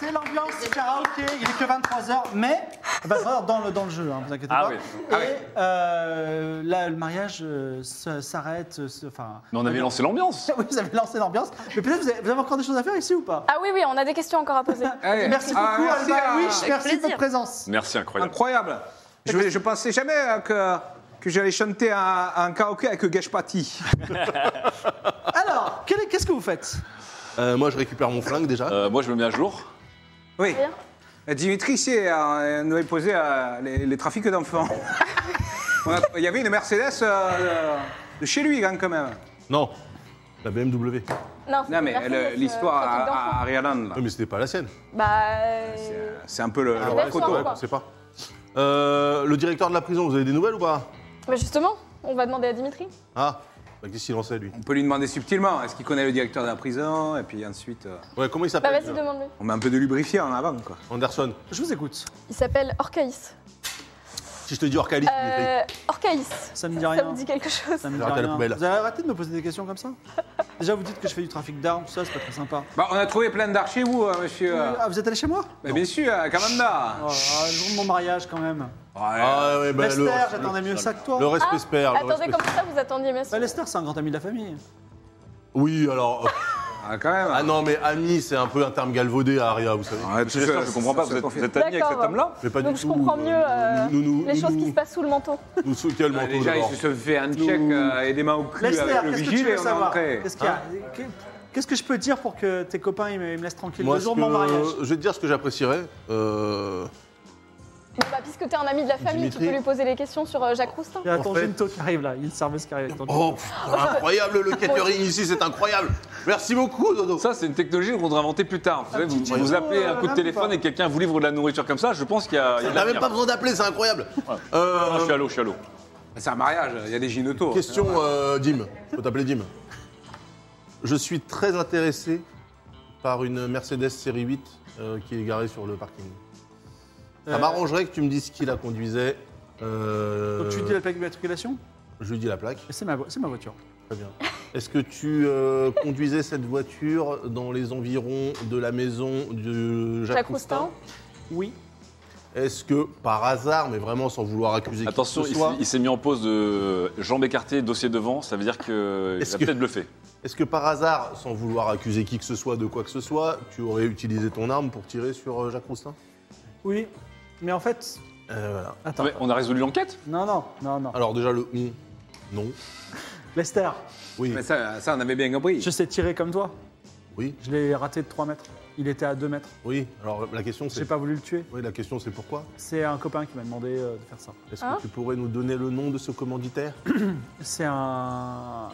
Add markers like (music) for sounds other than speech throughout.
C'est l'ambiance karaoké, il est que 23h, mais il va falloir dans le, dans le jeu, hein, vous inquiétez Ah pas. oui. Et euh, là, le mariage euh, se- s'arrête, euh, se- enfin... (laughs) Mais on avait lancé l'ambiance. Oui, vous avez lancé l'ambiance, mais peut-être vous, avez- vous avez encore des choses à faire ici ou pas Ah oui, oui, on a des questions encore à (laughs) poser. Ah Ah Merci beaucoup, merci, Alba hein. Wish, merci plaisir. de votre présence. Merci, incroyable. Incroyable. Je, je pensais jamais euh, que, que j'allais chanter un, un karaoké avec (laughs) Gashpati. Alors, quel est- qu'est-ce que vous faites Euh, moi, je récupère mon flingue déjà. Euh, moi, je me mets à jour. Oui. Dimitri, c'est, euh, nous avait posé euh, les, les (laughs) trafics d'enfants. On a- Il y avait une Mercedes euh, de chez lui, hein, quand même. Non, la BMW. Non, Non, mais Mercedes, le- euh, l'histoire trafic d'enfants. à, à Rhiannon, là, Oui, mais c'était pas la sienne. Bah. euh, c'est- Mais c'est un peu le, le Mercedes, coteau. quoi. ouais, on sait pas. Euh, le directeur de la prison, vous avez des nouvelles ou pas justement, on va demander à Dimitri. Ah, bah, qu'est-ce qu'il en sait, lui On peut lui demander subtilement, est-ce qu'il connaît le directeur de la prison Et puis ensuite, euh, Ouais, comment il Bah, s'appelle vas-y, euh, demande-lui. on met un peu de lubrifiant avant, quoi. Anderson. Je vous écoute, Il s'appelle Orcaïs. Si je te dis Orcalis, tu Euh, Orcaïs. ça me dit Ça rien. me dit quelque chose. Ça me dit J'arrête à la rien. poubelle. Vous allez arrêter de me poser des questions comme ça Déjà, vous dites que je fais du trafic d'armes, tout ça, c'est pas très sympa. Bah, on a trouvé plein d'archives, vous, euh, monsieur. euh, Ah, vous êtes allé chez moi bah, bien sûr, à Kamanda. Oh, ah, Le jour de mon mariage, quand même. Ah, ouais, bah, Lester, le, j'attendais mieux ça que toi. le respect Ah, se perd. le Attendez, respect comment se ça vous attendiez, monsieur Bah, Lester, c'est un grand ami de la famille. perd. Oui, alors. euh, Ah, quand même. ah non, mais ami, c'est un peu un terme galvaudé, Aria, vous savez. Ouais, Je, je comprends pas, vous êtes, vous êtes ami avec D'accord. cet homme-là Mais pas Donc du je tout. comprends mieux euh, nous, nous, les nous, choses nous, qui se passent sous le manteau. Nous soutenons le Ah, manteau déjà, d'abord. il se fait un check euh, et des mains au cul Lester, avec le qu'est-ce que tu vigile veux et on est savoir entré. Qu'est-ce qu'il y a Qu'est- Qu'est-ce que je peux dire pour que tes copains ils me, ils me laissent tranquille Moi, le ce jour de que- mon mariage je vais te dire ce que j'apprécierais. Euh, Bon, bah, puisque t'es un ami de la famille, Dimitri. tu peux lui poser des questions sur euh, Jacques Roustin. Il y a ton fait- Junto qui arrive là, il y a une serveuse qui arrive avec ton Oh, pff, incroyable le catering ici, c'est incroyable. Merci beaucoup, Dodo. Ça, c'est une technologie qu'on devrait inventer plus tard. Vous, savez, vous, petit vous tuyau, appelez un euh, coup de là, téléphone pas. et quelqu'un vous livre de la nourriture comme ça. Je pense qu'il y a. il y a de T'as même l'avenir. pas besoin d'appeler, c'est incroyable. Ah, Euh, Je suis à l'eau, je suis à l'eau. C'est un mariage, il y a des ginotos. question, euh, Dim. Faut t'appeler Dim. Je suis très intéressé par une Mercedes série 8 euh, qui est garée sur le parking. Ça Euh, m'arrangerait que tu me dises qui la conduisait. Euh, Donc tu dis la plaque d'immatriculation Je lui dis la plaque. C'est ma, vo- c'est ma voiture. Très bien. Est-ce que tu euh, conduisais cette voiture dans les environs de la maison de Jacques, Jacques Roustin. Oui. Est-ce que par hasard, mais vraiment sans vouloir accuser Attention, qui que il ce soit, s'est- il s'est mis en pause de jambes écartées, dossier devant. Ça veut dire qu'il Est-ce a que- peut-être bluffé. est-ce que par hasard, sans vouloir accuser qui que ce soit de quoi que ce soit, tu aurais utilisé ton arme pour tirer sur euh, Jacques Roustin Oui. Mais en fait. Euh, voilà. Attends. Mais on a résolu l'enquête Non, non, non, non. Alors déjà le on, non, Lester, oui, Mais ça, ça, on avait bien compris. je sais tirer comme toi. oui, Je l'ai raté de 3 mètres. Il était à 2 mètres. oui. Alors la question J'ai c'est, pas voulu le tuer. oui, la question c'est pourquoi C'est un copain qui m'a demandé euh, de faire ça. Est-ce Hein que tu pourrais nous donner le nom de ce commanditaire C'est un.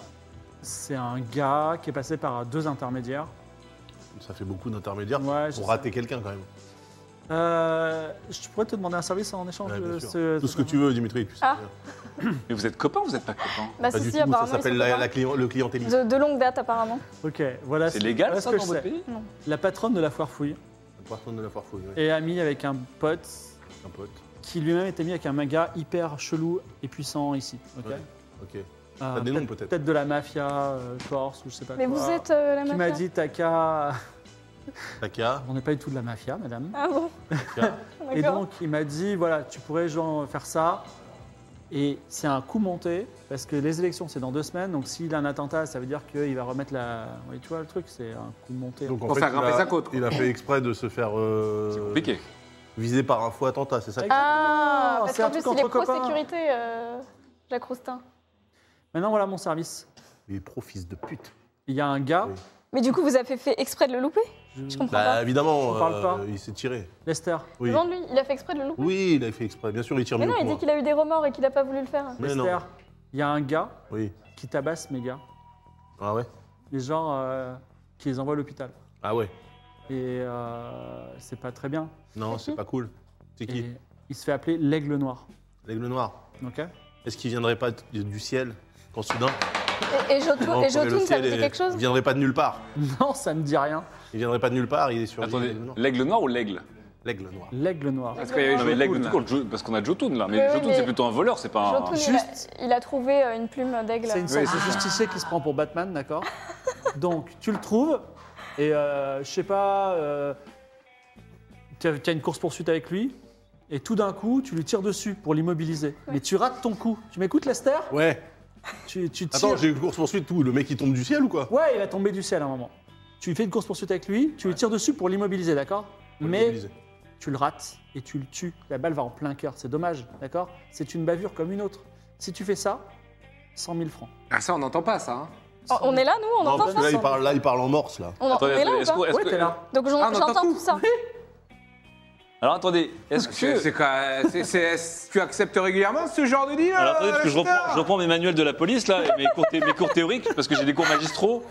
C'est un gars qui est passé par deux intermédiaires. Ça fait beaucoup d'intermédiaires Ouais, je pour sais. rater quelqu'un quand même. Euh, je pourrais te demander un service en échange Ouais, de bien sûr. ce. Tout ce que tu veux, Dimitri. Tu sais Ah. bien. Mais vous êtes copains ou vous n'êtes pas copains Bah, Pas si, du si, tout, ça apparemment. ils s'appelle sont la- copains. la client- le clientélisme. de, de longue date, apparemment. Ok, voilà. C'est légal voilà ça ce que dans je votre sais. pays La patronne de la foire fouille Le poisson de la foire fouille, oui, est amie avec un pote c'est un pote. qui lui-même est ami avec un manga hyper chelou et puissant ici. Ok. Ouais. Ok. Euh, T'as des noms, peut-être. Peut-être de la mafia euh, corse ou je sais pas Mais quoi. vous êtes euh, la Qui m'a mafia dit Taka. (laughs) Taka, On n'est pas du tout de la mafia, madame. Ah bon Taka. Et (laughs) D'accord. donc, il m'a dit voilà, tu pourrais genre faire ça. Et c'est un coup monté, parce que les élections, c'est dans deux semaines. Donc, s'il a un attentat, ça veut dire qu'il va remettre la. Oui, tu vois, le truc, c'est un coup monté. Donc, en Pour fait, faire il grimper a- sa côte, quoi. Il a fait exprès de se faire euh, Compliqué. viser par un faux attentat, c'est ça que- Ah, Ah, parce c'est un qu'en plus, truc il est entre copains. pro-sécurité, euh, Jacques Roustin. Maintenant, voilà mon service. Il est pro fils de pute. Il y a un gars. Oui. Mais du coup, vous avez fait exprès de le louper Je comprends Bah pas. évidemment, On parle euh, pas. il s'est tiré. Lester. Oui. Demande-lui, il a fait exprès de le louper. oui, il a fait exprès. Bien sûr, il tire Mais mieux non, que il dit moi. qu'il a eu des remords et qu'il n'a pas voulu le faire. Mais non. Lester. Il y a un gars Oui, qui tabasse mes gars. Ah ouais les gens euh, qui les envoient à l'hôpital. Ah ouais. Et euh, c'est pas très bien. Non, C'est c'est qui pas cool. C'est qui Et il se fait appeler l'aigle noir. L'aigle noir. Ok (laughs) Est-ce qu'il viendrait pas t- du ciel quand soudain Et, et Jotun, quand- et quand le Jotun, ça ciel vous dit est- quelque chose Il viendrait pas de nulle part. Non, ça me dit rien. Il viendrait pas de nulle part, il est sur l'île Attendez, d'Aigle Noir. l'aigle noir ou l'aigle l'aigle noir. L'aigle noir. Parce qu'il y a eu Non, non, mais l'aigle Jotun. tout court, Jo- parce qu'on a Jotun là, mais Mais oui, Jotun mais- c'est plutôt un voleur, c'est pas un. Jotun, il, a, il a trouvé euh, une plume d'aigle. C'est une sorte de justicier qui se prend pour Batman, d'accord Donc, tu le trouves, et euh, je sais pas, euh, tu as, une course-poursuite avec lui, et tout d'un coup, tu lui tires dessus pour l'immobiliser. Mais tu rates ton coup. Tu m'écoutes, Lester Ouais. tu, tu tires. Attends, j'ai eu course poursuite tout. Le mec il tombe du ciel ou quoi Ouais, il a tombé du ciel à un moment. Tu fais une course-poursuite avec lui, tu lui tires dessus pour l'immobiliser, d'accord Faut le Mais mobiliser. tu le rates et tu le tues. La balle va en plein cœur, c'est dommage, d'accord C'est une bavure comme une autre. Si tu fais ça, 100 000 francs. Ah, ça, on n'entend pas, ça. hein. Oh, on est là, nous On Non, entend parce que ça hein. là il parle, là, il parle en morse là. on, en- on Attendez, est là attendez, ou est-ce pas qu'on- est-ce Ouais, que- t'es là. Donc j'en- Ah, on entend j'entends tout. tout ça. Alors attendez, est-ce Ah, C'est- que c'est quoi- c'est- c'est- c'est- tu acceptes régulièrement ce genre de deal Alors attendez, euh, parce que je Lester reprends, je reprends mes manuels de la police, là, et mes cours, thé- mes cours théoriques, parce que j'ai des cours magistraux.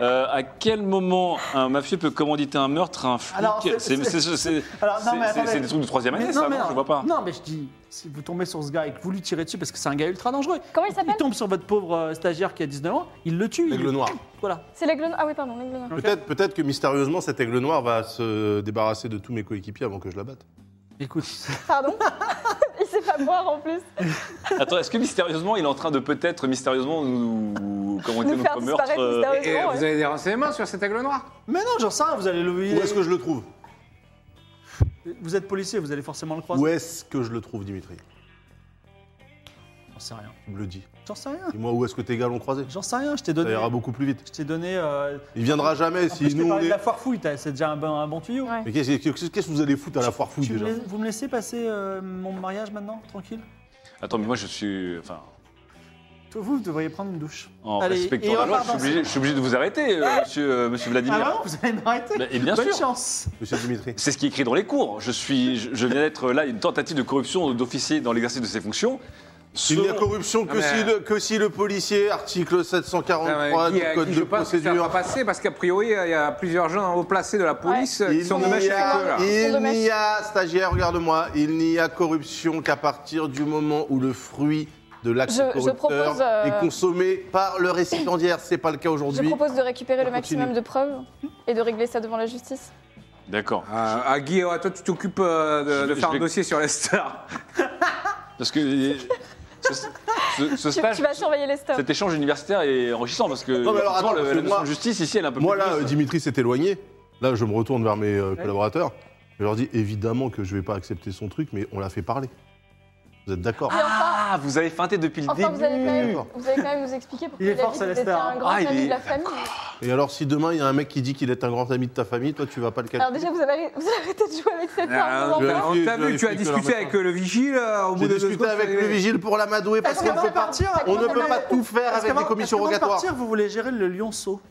Euh, à quel moment un mafieux peut commanditer un meurtre, un flic Alors, c'est- C'est c'est- c'est- c'est- c'est- Alors, non, mais c'est- c'est- attendez. c'est des trucs de troisième année, Mais ça, mais non, je vois pas. (laughs) Non, mais je dis, si vous tombez sur ce gars et que vous lui tirez dessus, parce que c'est un gars ultra dangereux. Comment il s'appelle tombe sur votre pauvre euh, stagiaire qui a 19 ans, il le tue. il- L'aigle noir. Voilà. C'est l'aigle noir. Ah oui, pardon, l'aigle noir. Peut-être peut que mystérieusement cet aigle noir va se débarrasser de tous mes coéquipiers avant que je la batte. Écoute, (laughs) Pardon Il sait pas boire en plus. Attends, est-ce que mystérieusement, il est en train de peut-être mystérieusement nous commander Nous faire notre meurtre disparaître euh, Et mystérieusement. vous ouais. avez des renseignements sur cet aigle noir mais non, j'en sais rien, vous allez Où le. est-ce que je le trouve Vous êtes policier, vous allez forcément le croiser. Où est-ce que je le trouve, Dimitri J'en sais rien. Tu me le dis. J'en sais rien. Dis-moi où est-ce que tes gars l'ont croisé J'en sais rien, je t'ai Ça donné. ira beaucoup plus vite. Je t'ai donné. euh, Il viendra jamais en si plus, je t'ai nous on parlé est. de la foire fouille, t'as- c'est déjà un bon, un bon tuyau. Ouais. Mais qu'est-ce qu'est-ce que vous allez foutre à la foire fouille Tu me déjà laiss- vous me laissez passer euh, mon mariage maintenant, tranquille euh, Attends, mais moi je suis. Enfin, Toi, Vous, vous devriez prendre une douche. en Allez, respectant et on la loi, part je suis, danser. obligé, je suis obligé de vous arrêter, euh, monsieur, euh, monsieur Ah Vladimir. vraiment Vous allez m'arrêter Bah, et bien Bonne sûr. chance (laughs) Monsieur Dimitri. C'est ce qui est écrit dans les cours. Je, suis, je, je viens d'être là une tentative de corruption d'officier dans l'exercice de ses fonctions. Il n'y a Selon- corruption que, Non, mais- si le, que si le policier, article Ah, 743 mais du qui, euh, code qui, de je pense que ça va procédure. pas passer parce qu'a priori euh, il y a plusieurs gens haut placés de la police euh, qui sont de n'y mèche avec eux là. a, il Sont de mèche. n'y a- stagiaire, regarde-moi, il n'y a corruption qu'à partir du moment où le fruit de l'acte Je- je corrupteur propose, euh, est consommé par le récipiendaire. C'est pas le cas Je aujourd'hui. propose de récupérer on le maximum continue. de preuves et de régler ça devant la justice. D'accord. Euh, ah, Guy, euh, toi tu t'occupes euh, de, Je- de je faire un vais- dossier sur les stars. Parce que euh, ce, ce- ce Tu, stage, tu vas surveiller les stocks. cet échange universitaire est enrichissant parce que Non, mais alors, attends, effectivement, le- parce que la notion moi- de justice ici, elle est un peu Moi plus là, euh, juste. Dimitri s'est éloigné. Là, je me retourne vers mes euh, collaborateurs. Je leur dis évidemment que je vais pas accepter son truc, mais on l'a fait parler. Vous êtes d'accord Ah, vous avez feinté depuis le Enfin, vous début. allez, quand même, D'accord. vous allez quand même nous expliquer pourquoi Il est il a fort, dit que Célestin, vous étiez un hein. grand Ah, il ami est- de la famille. Et alors, si demain il y a un mec qui dit qu'il est un grand ami de ta famille, toi tu vas pas le Alors calculer déjà, vous avez, arrêté- vous avez arrêté de jouer avec cette Euh, arme. Ah, je- enfants. on t'a je- vu, je- tu as je- discuté je- avec euh, le vigile euh, au bout J'ai de deux discuté secondes, avec c'est- le vigile pour l'amadouer parce qu'on ne peut pas, partir on ne Est-ce peut qu'on pas peut- tout faire Est-ce avec qu'avant- des commissions est-ce qu'avant de rogatoires. partir, vous voulez gérer le lionceau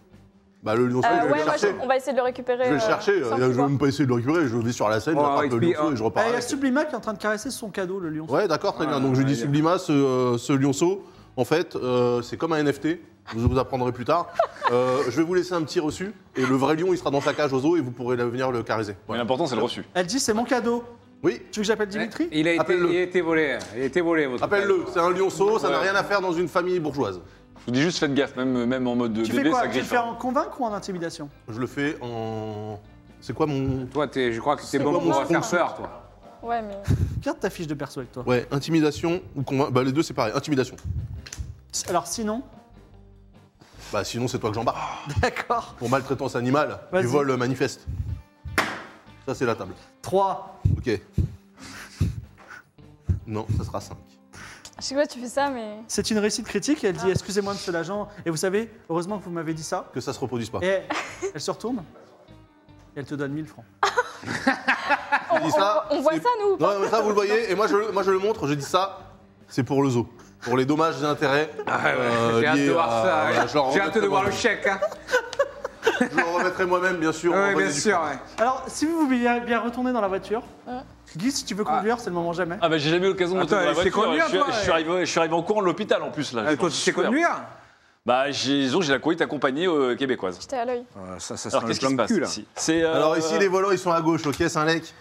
Bah, le lion Euh, sauvage, je vais ouais, le moi, je- chercher. on va essayer de le récupérer. Je vais le euh, chercher. sans Je vais pouvoir. même pas essayer de le récupérer. Je vais sur la scène, Bon, j'attrape le explique, lionceau et je repars. Ah, Il y a avec. Sublima qui est en train de caresser son cadeau, le lionceau. Ouais, d'accord, très bien. Ah, Donc je dis ouais, Sublima, ce, euh, ce lionceau, en fait, euh, c'est comme un NFT. Vous vous apprendrez plus tard. (laughs) Euh, je vais vous laisser un petit reçu et le vrai lion, il sera dans sa cage aux os et vous pourrez le- venir le caresser. Mais Voilà. l'important, c'est le reçu. Elle dit c'est mon cadeau. Oui, Tu veux que j'appelle Dimitri Il a, été, Appelle-le. il a été volé. hein. Il a été volé votre. appelle-le. C'est un lionceau, ça n'a Ouais. rien à faire dans une famille bourgeoise. Je vous dis juste, faites gaffe, même, même en mode Tu fais bébé, quoi ça Tu le griffe. fais hein. en convaincre ou en (laughs) intimidation Je le fais en. C'est quoi mon. Toi, t'es- je crois que c'est bon quoi pour mon faire peur, sponsor toi. Ouais, mais Garde ta fiche de perso avec toi. Ouais, intimidation ou convain- Bah, les deux, c'est pareil. Intimidation. Alors sinon, Bah, sinon, c'est toi que j'embarque. d'accord. Pour maltraitance animale et Vas-y. vol manifeste. Ça, c'est la table. 3. Ok. Non, ça sera 5. je sais que ouais, tu fais ça, mais C'est une réussite critique. Ah. Elle dit excusez-moi, monsieur l'agent. Et vous savez, heureusement que vous m'avez dit ça. Que ça se reproduise pas. Et elle se retourne. Et elle te donne 1000 francs. Je dis on, on voit c'est- ça nous. ou pas Non, mais ça, vous le voyez, et moi je, le- moi, je le montre, je dis ça, c'est pour le zoo. Pour les dommages et intérêts. euh, Ah J'ai hâte liés de voir à- ça. voilà, je leur J'ai hâte de remettrai voir le moi-même. chèque. hein. Je le remettrai moi-même, bien sûr. en Oui, bien revenez du- sûr. (laughs) ouais. Alors si vous voulez bien, bien retourner dans la voiture, Guy, si tu veux conduire, c'est le moment jamais. Ah, bah j'ai jamais eu l'occasion de monter Attends, dans la elle sait voiture. hein. conduire, je, suis, toi, je suis elle. Ah, arrivé, je suis arrivé en courant de l'hôpital en plus là. Euh, Toi, tu sais conduire Bah, j'ai- disons, j'ai la courrier accompagnée euh, québécoise. J'étais à l'œil. Euh, ça, ça Alors, sent le qu'est-ce qui plan se de passe cul, là. ici C'est, euh, Alors ici, les volants, ils sont à gauche, ok C'est un lec.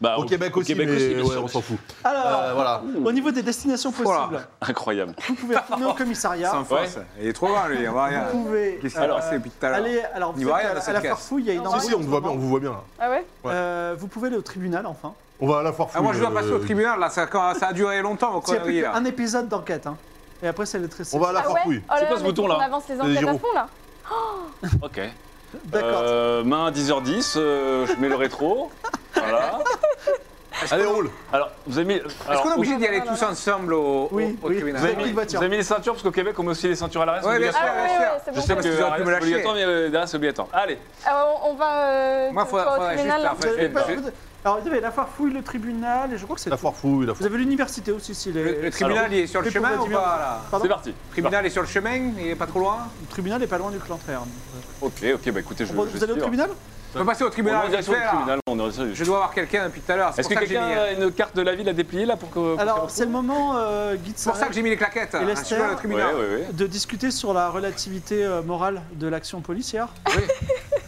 bah, Ah, Au Québec aussi, mais bien ouais, sûr. on s'en fout. Ah. Alors, Euh, voilà. au niveau des destinations possibles, Voilà. Incroyable. vous pouvez retourner au Sans commissariat. force. Ah, Il est trop loin, lui. Il va rien. Vous pouvez Qu'est-ce qui s'est euh, passé depuis tout à l'heure aller. Alors, Il vous voit êtes à, rien dans la- à cette la case. farfouille, il y a énormément Si, si, on te voit bien, on vous voit bien. là. Ah ouais Euh, vous pouvez aller au tribunal enfin. On va à la foire Ah, moi, je fouille, dois passer au euh, tribunal, là. Ça, quand- ça a duré longtemps, vos S'il y a plus conneries, là. qu'un épisode d'enquête, hein. et après c'est le tressé. On va à la Ah foire ouais fouille. Oh là C'est là, quoi ce mais bouton, là On avance les Les enquêtes à gyros. fond là. Ok. D'accord. Euh, main à 10h10, euh, je mets le rétro. voilà. Allez, roule. Alors, vous avez mis. Est-ce alors, qu'on est au- obligé d'y aller tous ensemble au, au- Oui, au oui. vous, avez tribunal mis, Petite voiture. vous avez mis les ceintures parce qu'au Québec, on met aussi les ceintures à l'arrêt. c'est Ouais, bien sûr, obligatoire. Ah ouais, ouais, bien sûr. c'est Je bon. sais parce que que j'aurais à l'arrêt, pu me c'est lâcher. obligatoire, mais euh, derrière, c'est obligatoire. Allez, Ah, on, on va. euh, Moi, faudra- toi, au faudra tribunal, juste là. la Vous avez Ouais, pas- j'ai- vous- Alors, il y avait la farfouille, le tribunal, et je crois que c'est. La tout. foire fouille, la Vous foire avez l'université aussi, si les. Le, le tribunal, il est sur le Mais pour chemin le ou tribunal- pas, là Pardon c'est parti. Le tribunal est sur le chemin, il est pas trop loin Le tribunal n'est pas loin du clan Tréherne. Ok, ok, bah écoutez, je. Vous je vous allez au suis- tribunal On peut passer au On est en tribunal, je, direction fais, du là. tribunal. on est en direction du- je dois avoir quelqu'un depuis tout à l'heure, c'est Est-ce pour que ça que j'ai quelqu'un euh, mis... euh, a une carte de la ville à déplier là pour que. Alors, c'est le moment, euh, Guy de C'est pour ça Sarrel, que j'ai mis les claquettes, hein, Lester je dois le Ouais, ouais, tribunal. ouais. de discuter sur la relativité euh, morale de l'action policière.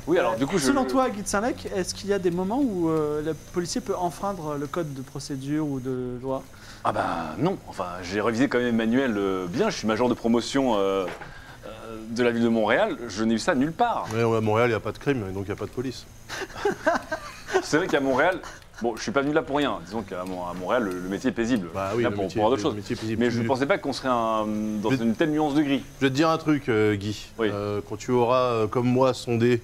Oui, alors du coup, je. Selon toi, Guy de Sarrel, est-ce qu'il y a des moments où euh, le policier peut enfreindre le code de procédure ou de loi Ah bah non, enfin j'ai révisé quand même Emmanuel euh, bien, je suis major de promotion euh, euh, de la ville de Montréal, je n'ai vu ça nulle part. Mais ouais, à Montréal, il n'y a pas de crime, donc il n'y a pas de police. C'est vrai qu'à Montréal, bon je suis pas venu là pour rien, disons qu'à Mon- à Montréal le, le métier est paisible, Bah oui, là le pour, métier- pour d'autres le choses. métier est paisible. Mais je ne Tu- pensais pas qu'on serait un- dans Mais- une telle nuance de gris. Je vais te dire un truc, euh, Guy. Oui. Euh, quand tu auras, euh, comme moi, sondé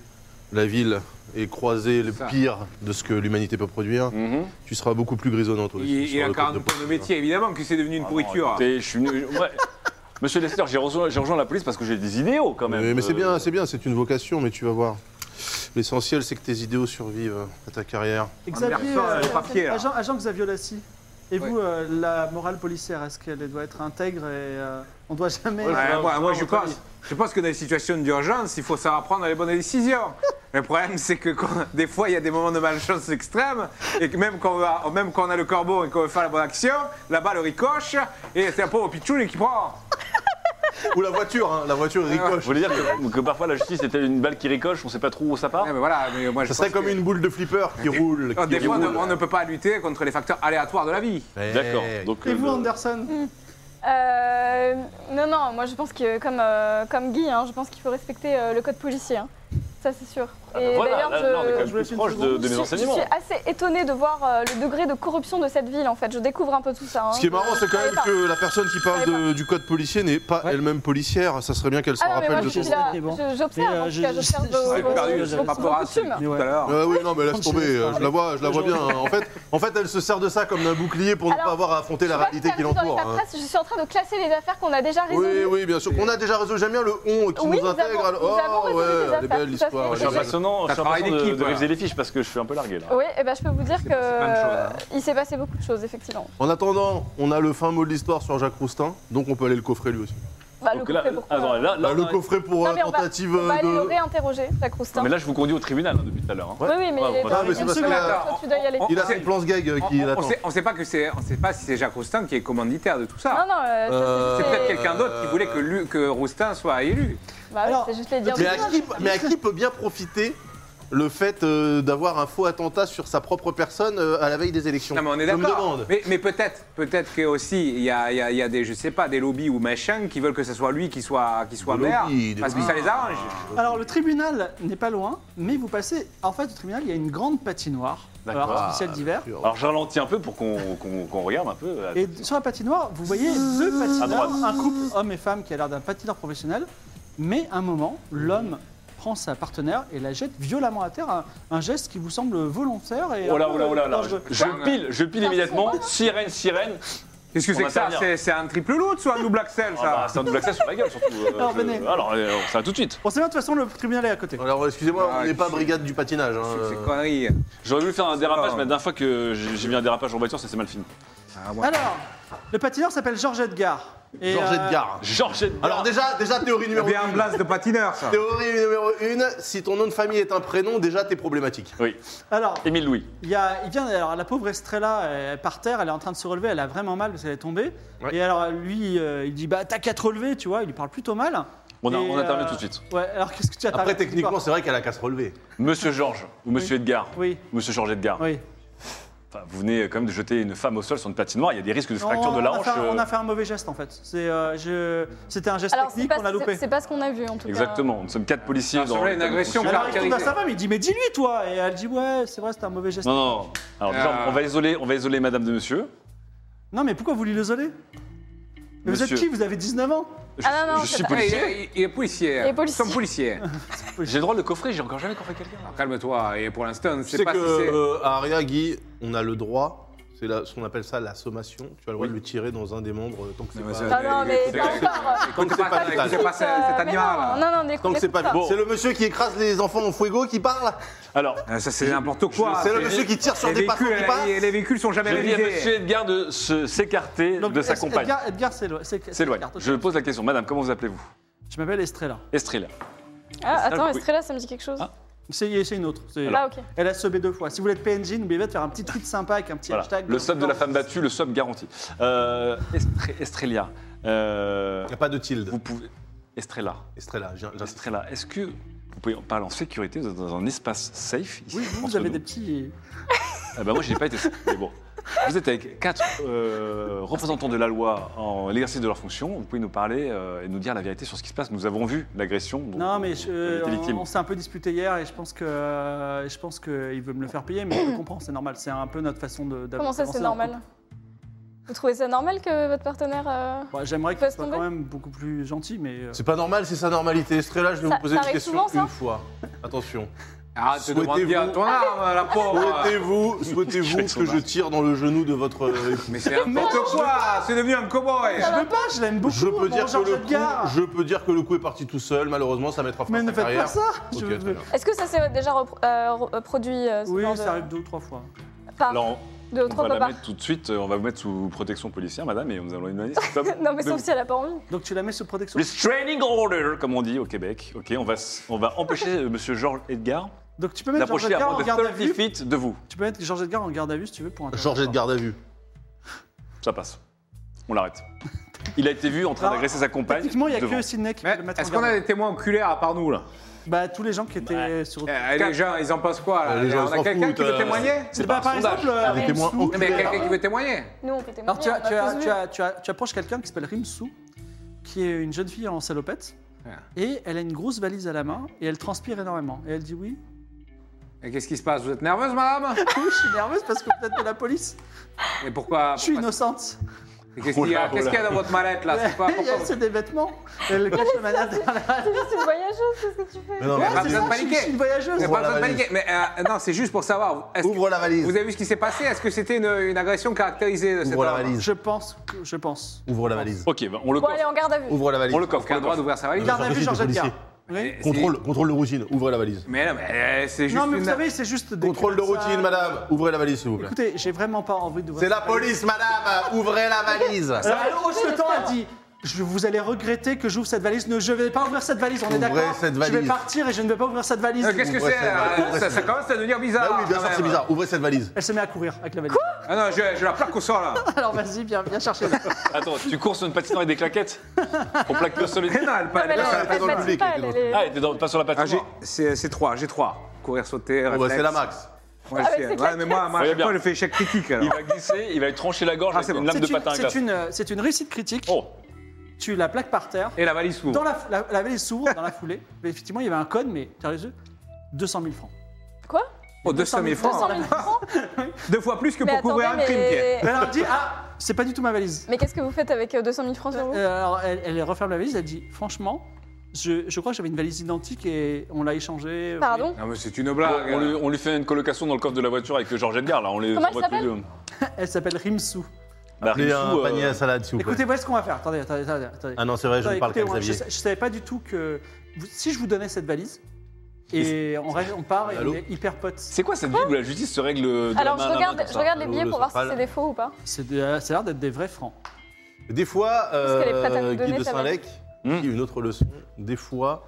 la ville et croisé le Ça. pire de ce que l'humanité peut produire, Mhm. tu seras beaucoup plus grisonnant, toi. Il, aussi, il sur a le code hein. 40 points de métier, évidemment, que c'est devenu une Ah non, pourriture. écoutez, je suis venu- (laughs) ouais. Monsieur Lester, j'ai rejoint, j'ai rejoint la police parce que j'ai des idéaux quand même. Mais, mais c'est Euh, bien, c'est bien, c'est une vocation, mais tu vas voir. L'essentiel, c'est que tes idéaux survivent à ta carrière. Xavier, personne, euh, le papier, là. agent, agent Xavier Lassie, et Ouais. vous, euh, la morale policière, est-ce qu'elle doit être intègre et euh, on doit jamais... Ouais, euh, moi, moi, je votre pense, avis. je pense que dans les situations d'urgence, il faut savoir prendre les bonnes décisions. Le problème, c'est que quand- des fois, il y a des moments de malchance extrême, et que même quand on, va- même quand on a le corbeau et qu'on veut faire la bonne action, la balle ricoche, et c'est un pauvre pitchoun qui prend. Ou la voiture, hein, la voiture Je ricoche. voulais dire que, que parfois la justice était une balle qui ricoche, on sait pas trop où ça part. Ah Ouais, mais voilà, mais moi, je Ça serait pense comme que- une boule de flipper qui roule. Alors, qui des fois, on roule. ne- on ne peut pas lutter contre les facteurs aléatoires de la vie. Eh, D'accord. Donc, Et euh, vous, le- Anderson Euh, non, non, moi je pense que comme, euh, comme Guy, hein, je pense qu'il faut respecter euh, le code policier. hein. Ça c'est sûr. Ah bah voilà, là, là, on est quand même plus proche de, de je suis- mes enseignements. Je suis assez étonnée de voir euh, le degré de corruption de cette ville en fait. Je découvre un peu tout ça. hein. Ce qui est marrant, c'est quand Je même savais que la personne qui Ah, parle de- du code policier n'est pas elle-même policière. Ça serait bien qu'elle pas. se Ah non, mais rappelle moi de je son. son- suis là, Mais bon. je- j'observe Mais, euh, en tout je- cas, j'observe je- vos- j'ai vos- perdu, vos- j'ai vos rapport à ce coutumes. tout à l'heure. Euh, oui, non, mais laisse Comme chez tomber. les euh, stars. Je la vois, je la vois bien. hein. En fait, en fait, elle se sert de ça comme d'un bouclier pour ne Alors, pas avoir à affronter Je la suis pas réalité qui fermée dans les l'entoure. hein. paperasses, Je suis en train de classer les affaires qu'on a déjà Oui, résolues. oui, bien sûr. Qu'on a déjà résolu. J'aime bien le on qui Oui, nous nous intègre. avons- alors- nous avons oh, résolu ouais, des elle est affaires, belle tout à l'histoire. fait. Je elle suis est Ça belle. impressionnant, je suis travaille impressionnant de, d'équipe, de voilà. réviser les fiches parce que je suis un peu largué là. Oui, et ben je peux vous dire C'est- que c'est plein de choses, hein. il s'est passé beaucoup de choses effectivement. En attendant, on a le fin mot de l'histoire sur Jacques Roustin, donc on peut aller le coffrer lui aussi. Bah, Donc le là, couplet, pourquoi attends, là- là, Bah, le on a- coffret pour Non, euh, mais on va- tentative On va aller le de. réinterroger, Jacques Roustin. Non, mais là, je vous conduis au tribunal hein, depuis tout à l'heure. hein. Oui, oui, mais Ouais, on va- Ah, mais c'est parce Une seconde. qu'il a, Toi, tu dois y aller. On- il a on- son plan ce gag euh, On qui ne l'attend. sait, on sait pas que c'est, on sait pas si c'est Jacques Roustin qui est commanditaire de tout Non, ça. non, euh, ça, Euh, c'est c'est peut-être juste les- quelqu'un d'autre qui voulait que, Lu- que Roustin soit élu. Bah oui, Alors, c'est juste les dire. Mais à, qui, mais à qui peut bien profiter le fait euh, d'avoir un faux attentat sur sa propre personne euh, à la veille des élections Non, mais on est Je me d'accord. demande. Mais, mais peut-être, peut-être que aussi il y a, il y a- il y a des, je sais pas, des lobbies ou machins qui veulent que ce soit lui qui soit, qui soit Des maire, lobbies, Ah. des parce que ça les arrange. Alors, le tribunal n'est pas loin, mais vous passez... En fait, au tribunal, il y a une grande patinoire euh, D'accord. Ah, artificielle d'hiver. Alors, je ralentis un peu pour qu'on qu'on- qu'on regarde un peu. euh, Et sur la patinoire, vous voyez deux À droite. patineurs, un couple homme et femme qui a l'air d'un patineur professionnel, mais à un moment, l'homme prend sa partenaire et la jette violemment à terre, un, un geste qui vous semble volontaire et Oh un là, peu oh là, oh là, là. dangereux. Je pile, je pile immédiatement. Sirène, sirène. Qu'est-ce que On c'est va que ça intervenir. c'est, c'est un triple loot, soit un double axel, Ah, bah, ça. c'est un double accès sur la gueule surtout. euh, Alors, je- venez. Alors, euh, ça va tout de suite. On sait bien de toute façon le tribunal est à côté. Alors, excusez-moi, Ah, on n'est pas qui- brigade du patinage. bah, hein, C'est- euh. C'est connerie. J'aurais voulu faire un pas, dérapage, hein. mais la dernière fois que j'ai j'ai mis un dérapage en voiture, ça s'est mal fini. Ah, moi, Alors, le patineur s'appelle Georges Edgar. Et, Georges euh, Edgar. Georges Edgar. Alors déjà, déjà théorie c'est numéro Eh bien un 1. blast de patineur, ça. Théorie numéro 1, si ton nom de famille est un prénom, déjà t'es problématique. Oui, Alors, Émile Louis. il, y a, il vient, alors, la pauvre Estrella elle est par terre, elle est en train de se relever, elle a vraiment mal parce qu'elle est tombée. Ouais. Et alors, lui, euh, il dit Bah, t'as qu'à te relever, tu vois, il lui parle plutôt mal. On, a- Et, on intervient euh, tout de suite. Ouais, alors qu'est-ce que tu as Après, t'arrêtes techniquement, pas c'est vrai qu'elle a qu'à se relever. Monsieur Georges ou Monsieur Edgar. Oui, Monsieur Georges Edgar. oui. Enfin, vous venez euh, quand même de jeter une femme au sol sur une patinoire. Il y a des risques de Non, fracture de la on a hanche. fait un- euh, On a fait un mauvais geste en fait. C'est, euh, je- C'était un geste Alors, c'est technique pas, qu'on a loupé. c'est- c'est pas ce qu'on a vu en tout cas. Exactement. Nous sommes quatre policiers. Ça dans semblait le Ah, une cadre de agression. construction. Alors il tourne à sa femme, il dit bah, mais dis-lui toi Et elle dit ouais c'est vrai c'était un mauvais geste. Non, non. non. Alors déjà, Ah. on va isoler, on va isoler Madame de Monsieur. Non mais pourquoi vous l'isolez Mais vous êtes Monsieur. qui Vous avez 19 ans Je, Ah, non, non, je c'est suis pas- policier. Et- et- Il est policier. Il est policier. Nous sommes policiers. J'ai le droit de le coffrer. J'ai encore jamais coffré quelqu'un. Calme-toi. Et pour l'instant, on ne Tu sait sais pas que, si c'est. euh, à Aria, Guy, on a le droit, c'est la- ce qu'on appelle ça la sommation. Tu as le droit de lui tirer dans un des membres euh, tant que c'est Non, mais pas. ça- Ah non, mais C'est- pas c'est- encore. Tant que c'est pas Écoutez pas, vital. écoutez pas ce- cet Euh, mais animal. Non, non, non, écoute, Tant que c'est pas écoute C'est le monsieur qui écrase les enfants en fuego qui parle Alors, Ah, Ça, c'est n'importe quoi. C'est le monsieur qui tire sur les des passants véhicules, euh, qui passent les, les véhicules sont jamais je dis à Monsieur révisés. Edgar de se- s'écarter Donc, de sa Ed- compagne. Edgar, Edgar s'éloigne. C'est- S'éloigne. Edgar, Je pose la question, Madame. Comment vous appelez-vous Je m'appelle Estrella. Estrella. pas. Ah, attends, Oui. Estrella, ça me dit quelque chose. Ah. C'est c'est une autre. C'est- Ah, ok. Elle a subé deux fois. Si vous voulez être PNJ, n'oubliez pas de faire un petit tweet sympa avec un petit Voilà. hashtag. Le sub de la femme battue, le sub garanti. Euh, Estre- Estrella. euh, Il n'y a pas de tilde. vous pouvez. Estrella. Estrella, j'ai- j'insiste. Estrella, est-ce que vous pouvez en parler en sécurité Vous êtes dans un espace safe ici Oui, vous, vous entre avez nous. des petits. Ah bah moi, j'ai pas été. Mais bon. Vous êtes avec quatre euh, représentants de la loi en l'exercice de leur fonction. Vous pouvez nous parler euh, et nous dire la vérité sur ce qui se passe. Nous avons vu l'agression. dont Non, mais je- vous avez été on- victime. on, s'est un peu disputé hier et je pense que euh, je pense qu'il veut me le faire payer, mais je le comprends, c'est normal. C'est un peu notre façon de. d'av- Comment ça, d'avancer c'est dans le normal couple. Vous trouvez ça normal que votre partenaire. euh, Ouais, J'aimerais qu'il Laisse soit tomber. quand même beaucoup plus gentil, mais. euh, C'est pas normal, c'est sa normalité. Estrella, je vais Ça- vous poser ça une arrive question souvent, ça une fois. Attention. Arrête de demander bien ton Souhaitez-vous- arme, la pauvre. Souhaitez-vous Je souhaitez-vous vais être que je sauvage. tire dans le genou de votre euh, époux Mais c'est n'importe quoi. C'est devenu un cowboy. Je veux pas, je l'aime beaucoup. Je peux mon dire que Georges le coup, Edgar. je peux dire que le coup est parti tout seul. Malheureusement, ça mettra fin Mais à ne sa faites carrière. pas ça. Ok, Je- très bien. Est-ce que ça s'est déjà repro- euh, re- euh, produit euh, ce Oui, genre de- ça arrive deux ou trois fois. Par Alors, deux ou on trois va fois la par. mettre tout de suite. euh, On va vous mettre sous protection policière, madame, et nous allons demander si stop. (laughs) Non, mais de sauf vous- si elle a pas envie. Donc tu la mets sous protection. Restraining order, comme on dit au Québec. Ok, on va, s- on va empêcher euh, Monsieur Georges Edgar Donc tu peux mettre Georges d'approcher à Edgar en moins de garde à 30 vue. feet de vous. Tu peux mettre Georges Edgar en garde à vue si tu veux pour un. Georges Edgar à vue. Ça passe. On l'arrête. Il a été vu en train Alors, d'agresser sa compagne. Techniquement, il n'y a devant. que Sidney qui Mais peut le mettre en Eh, Est-ce qu'on garde a à vue. des témoins oculaires à part nous, là Bah tous les gens qui étaient sur. Eh, Les gens, ils en pensent quoi Euh, là les gens, On ils s'en a quelqu'un foutent, qui veut euh, témoigner C'est Bah, pas par un sondage. exemple, euh, Des témoins Rimsou. Non, Mais il y a quelqu'un qui veut témoigner Nous, on peut témoigner. Alors tu, as- on a tu as- tous tu vu. as- tu as- tu approches quelqu'un qui s'appelle Rimsou, qui est une jeune fille en salopette. Ah. Et elle a une grosse valise à la main et elle transpire énormément. Et elle dit oui. Et qu'est-ce qui se passe Vous êtes nerveuse, madame (laughs) Oui, je suis nerveuse parce que vous êtes de la police. Et pourquoi Je suis innocente. Et Qu'est-ce qu'il y a Oula, Qu'est-ce qu'il y a dans votre mallette, là C'est (laughs) pas Il y a- pourquoi C'est des vêtements. (laughs) Elle cache le manette derrière la C'est juste une voyageuse, qu'est-ce que tu fais Mais non, mais Ouais, vas-y, c'est ça. Je suis- je suis une voyageuse. Mais Ouvre pas la besoin de valise. paniquer. Mais euh, non, c'est juste pour savoir. est-ce que- Ouvre la valise. Vous avez vu ce qui s'est passé Est-ce que c'était une, une agression caractérisée de cette Ouvre la homme valise. Je pense, que- je pense. Ouvre la valise. Ok, bah, on le Bon, coffre. allez, on garde à vue. Ouvre la valise. On le coffre. Qui a on le le droit coffre. d'ouvrir sa valise Garde à sorti vue, du Georges Edgar. policier. Oui. Contrôle, contrôle de routine. Ouvrez la valise. Mais non, mais euh, c'est juste Non, mais vous une- savez, c'est juste des. Contrôle de comme ça. routine, madame. Ouvrez la valise, s'il vous plaît. Écoutez, j'ai vraiment pas envie de voir. C'est la police, madame. Ouvrez la valise. Alors, elle hausse le temps, elle dit je Vous allez regretter que j'ouvre cette valise. Ne, je vais pas ouvrir cette valise, on est Ouvrez d'accord cette Je vais valise. partir et je ne vais pas ouvrir cette valise. Euh, Qu'est-ce que Ouvrez c'est cette là valise. ça, ça commence à devenir bizarre. Ah oui, bien quand sûr, c'est même. bizarre. Ouvrez cette valise. Elle se met à courir avec la valise. Ah non, je, je la plaque au sol (laughs) là. Alors vas-y, viens, viens chercher. là. Attends, tu cours sur une patinoire avec des claquettes On plaque deux solides. Mais non, elle Non, mais pas. elle Non, elle est pas elle dans le patine public, pas, elle est elle dans le est- Ah, et t'es dans- pas sur la Ah, j'ai- patinoire. c'est c'est trois, j'ai trois. Courir, sauter, Bon, bah, réflexe. c'est la max. Moi, je Ah, mais sais. c'est Ouais, mais moi, moi, à Ouais, chaque bien. fois, je fais échec critique. Il Alors. va glisser, il va lui trancher la gorge Ah, avec c'est une bon. lame C'est de une- patin à glace. C'est une, euh, c'est une réussite critique. Oh, Tu la plaques par terre. Et la valise s'ouvre. Dans la, la- la valise s'ouvre dans la foulée. Mais effectivement, il y avait un code, mais t'as les yeux 200 000 francs. Quoi Oh, 200 000 francs. hein. 200 000 francs Deux fois plus que Mais pour couvrir attendez, un crime, Pierre. mais. Elle leur dit Ah, c'est pas du tout ma valise. Mais qu'est-ce que vous faites avec euh, 200 000 francs sur vous Euh, alors elle, elle referme la valise, elle dit Franchement, je, je crois que j'avais une valise identique et on l'a échangée. Pardon Non, Ah, mais c'est une Bon, blague. hein. on, lui, on lui fait une colocation dans le coffre de la voiture avec Georges Edgar, là. On les Comment on elle voit tous les s'appelle deux. hein. Elle s'appelle Rimsou. Bah, Appelez Rissou, un euh, panier à salade, s'il vous plaît. Écoutez, voilà ce qu'on va faire. Attendez, attendez, attendez. attendez. Ah non, c'est vrai, je Attends, ne parle qu'à écoutez, moi, je, Xavier. sa- je savais pas du tout que vous- si je vous donnais cette valise et on, reste- on part et Allô on est hyper potes. C'est quoi cette ville où la justice se règle de Alors, la main à la je main, regarde, comme je ça regarde les Le- billets le pour voir si central. c'est des faux ou pas. C'est de- ça a l'air d'être des vrais francs. Des fois, Est-ce qu'elle est prête à nous euh, Guy donner de sa Saint-Lec, valise qui une autre leçon, des fois,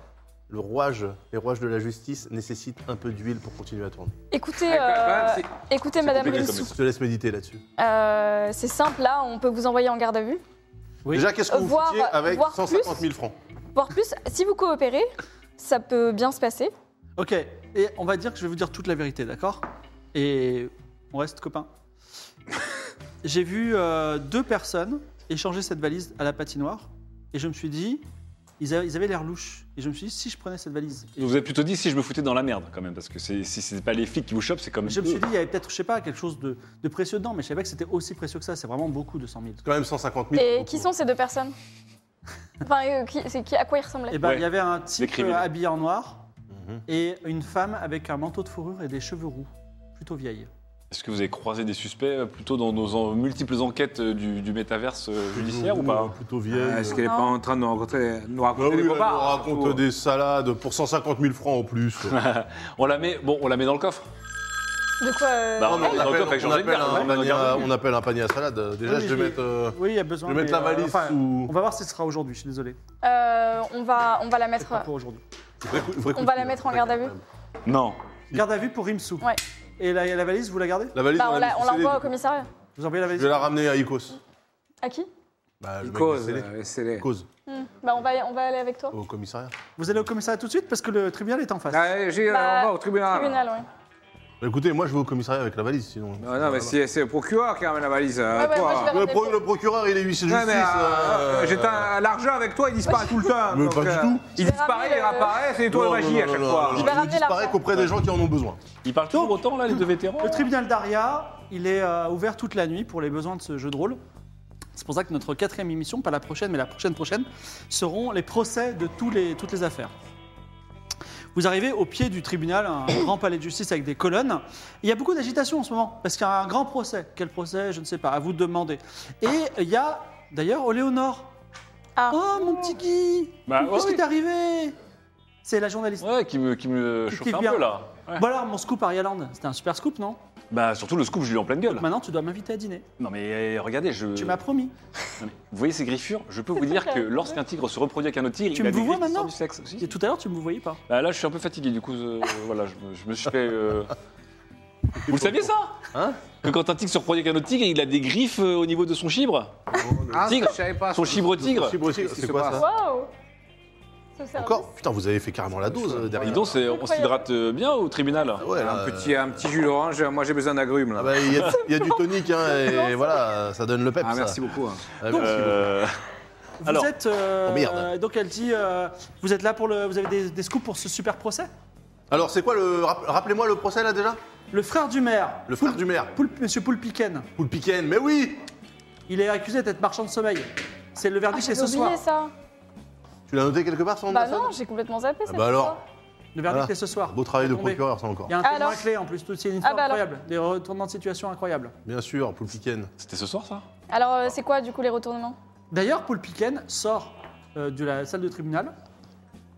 le rouage, les rouages de la justice nécessitent un peu d'huile pour continuer à tourner. Écoutez, Ah, quand même, euh, c'est- écoutez Madame compliqué Rissou, comme Je te laisse méditer là-dessus. euh, c'est simple, là, on peut vous envoyer en garde à vue. Oui. Déjà, qu'est-ce que Euh, vous voir- foutiez avec voir 150 plus. 000 francs Voire plus, si vous coopérez, ça peut bien se passer. Ok, et on va dire que je vais vous dire toute la vérité, d'accord Et on reste (laughs) copains. J'ai vu euh, deux personnes échanger cette valise à la patinoire et je me suis dit, ils avaient, ils avaient l'air louches. Et je me suis dit, si je prenais cette valise. Vous vous êtes plutôt dit si je me foutais dans la merde quand même, parce que c'est- si c'est pas les flics qui vous chopent, c'est comme. Je me suis eux. dit, il y avait peut-être, je sais pas, quelque chose de, de précieux dedans, mais je savais pas que c'était aussi précieux que ça. C'est vraiment beaucoup, 200 000. quand même 150 000. Et beaucoup. qui sont ces deux personnes Enfin, euh, qui, c'est qui, à quoi ils ressemblaient Et ben, Ouais. il y avait un type Décrivez-le. euh, habillé en noir Mhm. et une femme avec un manteau de fourrure et des cheveux roux, plutôt vieille. Est-ce que vous avez croisé des suspects euh, plutôt dans nos en- multiples enquêtes euh, du, du métaverse euh, judiciaire ou pas Plutôt Ah, vieille. Est-ce qu'elle est pas en train de nous raconter, nous raconter Bah oui, des elle nous bobards, hein. surtout raconte des salades pour 150 000 francs en (laughs) plus. On la met, bon, on la met dans le coffre. De quoi euh, Ah Bah, on met on, dans le appelle, coffre avec on Jean-Jacques appelle hein. Garde, un ouais, panier dans le à- garde. on appelle un panier à salade. Déjà, Oui, je vais l'ai- mettre. euh, Oui, il y a besoin. je vais mettre mais, euh, la valise sous- On va voir si ce sera aujourd'hui, je suis désolé. euh, on, va, on va la Peut-être pas mettre. pour aujourd'hui. vrai coup- vrai coup On de va pied, la hein, mettre en quand garde à vue. même. Non. Garde à vue pour Rimsou. Ouais. Et la, la valise, vous la gardez La valise, Bah, on on l'a la- mis on scellée, l'envoie au du coup. commissariat. Vous envoyez la Je valise vais la ramener à Icos. À qui Bah, le mec Cause, est scellé. euh, c'est les- Cause, Hmm. Bah, on va, on va aller avec toi. au commissariat. Vous allez au commissariat tout de suite parce que le tribunal est en face. Ah, j'ai- Bah, on va au tribunal. Tribunal, ouais. Bah, écoutez, moi je vais au commissariat avec la valise sinon. Bah, Non, non, mais si- c'est le procureur qui ramène la valise. euh, Ouais, ouais, toi. moi, je vais Le, ramener pro- le procureur, il est huissier de Ouais, justice. mais euh, euh, euh, j'étais à l'argent avec toi, il disparaît tout le temps. Mais donc, euh, pas du tout. Il vais disparaît, ramener il le- réapparaît, c'est non, toi la non, magie non, à chaque non, fois. non, non, Je vais il ramener disparaît l'argent. qu'auprès des gens qui en ont besoin. Ils parlent toujours autant là, les deux vétérans Le tribunal d'Aria, il est euh, ouvert toute la nuit pour les besoins de ce jeu de rôle. C'est pour ça que notre quatrième émission, pas la prochaine, mais la prochaine prochaine, seront les procès de tous les, toutes les affaires. Vous arrivez au pied du tribunal, un (coughs) grand palais de justice avec des colonnes. Il y a beaucoup d'agitation en ce moment, parce qu'il y a un grand procès. Quel procès Je ne sais pas, à vous de demander. Et il y a d'ailleurs Oléonore. Ah. Oh, mon petit Guy Bah, Qu'est-ce ouais, qui t'est arrivé C'est la journaliste. Ouais, qui me, qui me Qui chauffe un vient. peu là. Ouais. Voilà mon scoop Arialand. C'était un super scoop, non Bah, surtout le scoop, je lui ai en pleine gueule. Maintenant, tu dois m'inviter à dîner. Non, mais euh, regardez, je. Tu m'as promis. Non, mais vous voyez ces griffures Je peux vous (laughs) dire que lorsqu'un tigre se reproduit avec un autre tigre, Tu il a me des vous vois griffes qui maintenant sortent du sexe aussi. Et tout à l'heure, tu me voyais pas. Bah, là, je suis un peu fatigué, du (laughs) coup, euh, voilà, je me, je me suis fait. euh, Vous le saviez ça Hein Que quand un tigre se reproduit avec un autre tigre, il a des griffes euh, au niveau de son chibre Ah, Tigre. je savais pas. Son chibre tigre Possible Hein aussi, Qu'est-ce qui C'est se quoi passe ça Waouh Ce service. Ah. Encore Putain, vous avez fait carrément la dose euh, Dis derrière. Ah donc, c'est- on s'hydrate euh, bien au tribunal Ouais, Un là, euh, petit, euh, un petit jus d'orange, moi j'ai besoin d'agrumes là. Ah bah, Il y, a- il y a du (laughs) tonique, hein, et voilà, ça donne le pep. Ah, merci ça. beaucoup. hein. Ah, merci Euh, Vous Alors. êtes. euh, Oh, merde. euh, donc elle dit, euh, vous êtes là pour le, vous avez des, des scoops pour ce super procès. beaucoup. Alors, c'est quoi le. rapp- Rappelez-moi le procès là déjà Le frère du maire, Le Ah. frère du maire, Poulpe- Monsieur Poulpiken, Poul Piquen, mais oui il est accusé d'être marchand de sommeil. C'est le Ah, verdict c'est j'avais ce oublié soir. ça. Tu l'as noté quelque part, son nom de Bah la scène non, j'ai complètement zappé Ah cette bah alors. histoire. Le verdict Voilà. est ce soir. Ah, Beau travail de Attendez. procureur, ça encore. Il y a un Ah, témoin alors. clé en plus, tout c'est une histoire Ah, bah alors. incroyable, des retournements de situation incroyables. Bien sûr, Poul Piquen. C'était ce soir, ça Alors, euh, c'est quoi du coup les retournements D'ailleurs, Paul Piquen sort euh, de la salle de tribunal.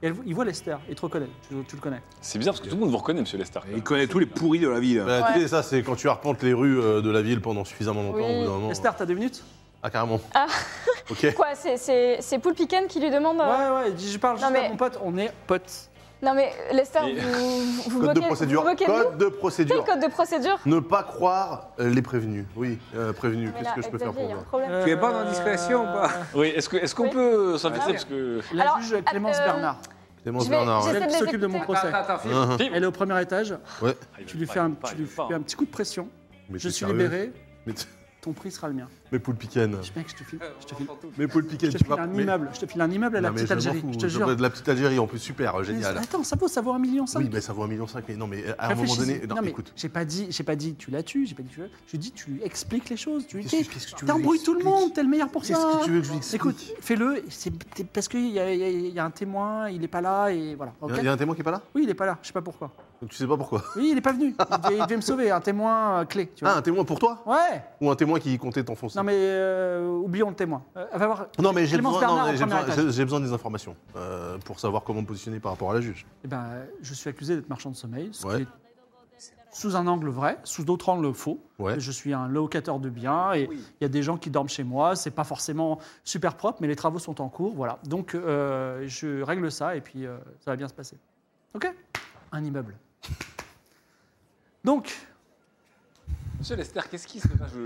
Et elle- il voit Lester, il te reconnaît, tu, tu le connais. C'est bizarre parce que tout le monde vous reconnaît, monsieur Lester. Il connaît tous les pourris de la ville. Bah, Ouais. tu sais, ça, c'est quand tu arpentes les rues euh, de la ville pendant suffisamment longtemps. Oui. au bout d'un moment. Lester, t'as deux minutes Ah, carrément. Ah. (laughs) Ok. Quoi C'est- C'est c'est Poulpe Piquen qui lui demande. euh, Ouais, ouais, il dit, je parle Non, juste à mais- mon pote, on est potes. Non mais euh, Lester, Mais- vous, vous Code de moquez, procédure. vous moquez de nous Code de Quel procédure. code de procédure Ne pas croire euh, les prévenus. Oui, euh, prévenus. Mais Qu'est-ce là, que je peux Xavier, hein. faire pour il y a un vous problème. Tu es pas dans discrétion ou pas Oui, est-ce que- est-ce qu'on Oui. peut s'inviter Ah, parce que. La Alors, juge Clémence euh, Bernard, Clémence Je vais- Bernard. hein. j'essaie ouais. elle de qui les s'occupe de mon écouter. procès. Hein, hein. Elle est au premier étage. Ah, il Tu veut lui pas, fais un, il veut pas, tu il lui veut pas. fais un petit coup de pression. Mais Je t'es suis sérieux libéré, Mais, t- ton prix sera le mien. mais Poul Piquen. Je, mec, je te file, Euh, je te file, Mais Poul Piquen, je te tu file vas. un mais- immeuble. Je te file un immeuble à la Non, mais petite je m'en Algérie, fous, je te je jure. veux De la petite Algérie, en plus, super, génial. Mais Attends, ça vaut, ça vaut un million cinq. Oui, mais ça vaut un million cinq, mais non, mais à un moment Réfléchis-y. donné. Non, mais écoute. j'ai pas dit, j'ai pas dit tu la tues, j'ai pas dit tu veux. Je dis tu lui expliques les choses, tu lui Qu'est-ce dis. que- qu'est-ce que tu veux que je lui T'embrouilles tout le explique monde, t'es le meilleur pour ça. Qu'est-ce que tu veux que je lui explique Écoute, fais-le. c'est- t'es- Parce qu'il y, a- il y a- il y a un témoin, il est pas là et voilà. ok Il y a un témoin qui est pas là Oui, il est pas là. Je sais pas pourquoi. Donc tu sais pas pourquoi. Oui, il est pas venu. Il devait, il devait me sauver, un témoin euh, clé. Tu Ah, vois. un témoin pour toi Ouais. Ou un témoin qui comptait t'enfoncer Non mais euh, oublions le témoin. Euh, va voir. Non, mais j'ai Clémence besoin, Bernard non, au mais j'ai premier besoin- étage. j'ai- j'ai besoin des informations euh, pour savoir comment me positionner par rapport à la juge. Eh ben, euh, je suis accusé d'être marchand de sommeil. ce qui Ouais. est Sous un angle vrai, sous d'autres angles faux. Ouais. Je suis un locataire de biens et il y a des gens qui dorment chez moi. C'est pas forcément super propre, mais les travaux sont en cours. Voilà. Donc euh, je règle ça et puis euh, ça va bien se passer. Ok Un immeuble. Donc, Monsieur Lester, qu'est-ce qui se passe Je-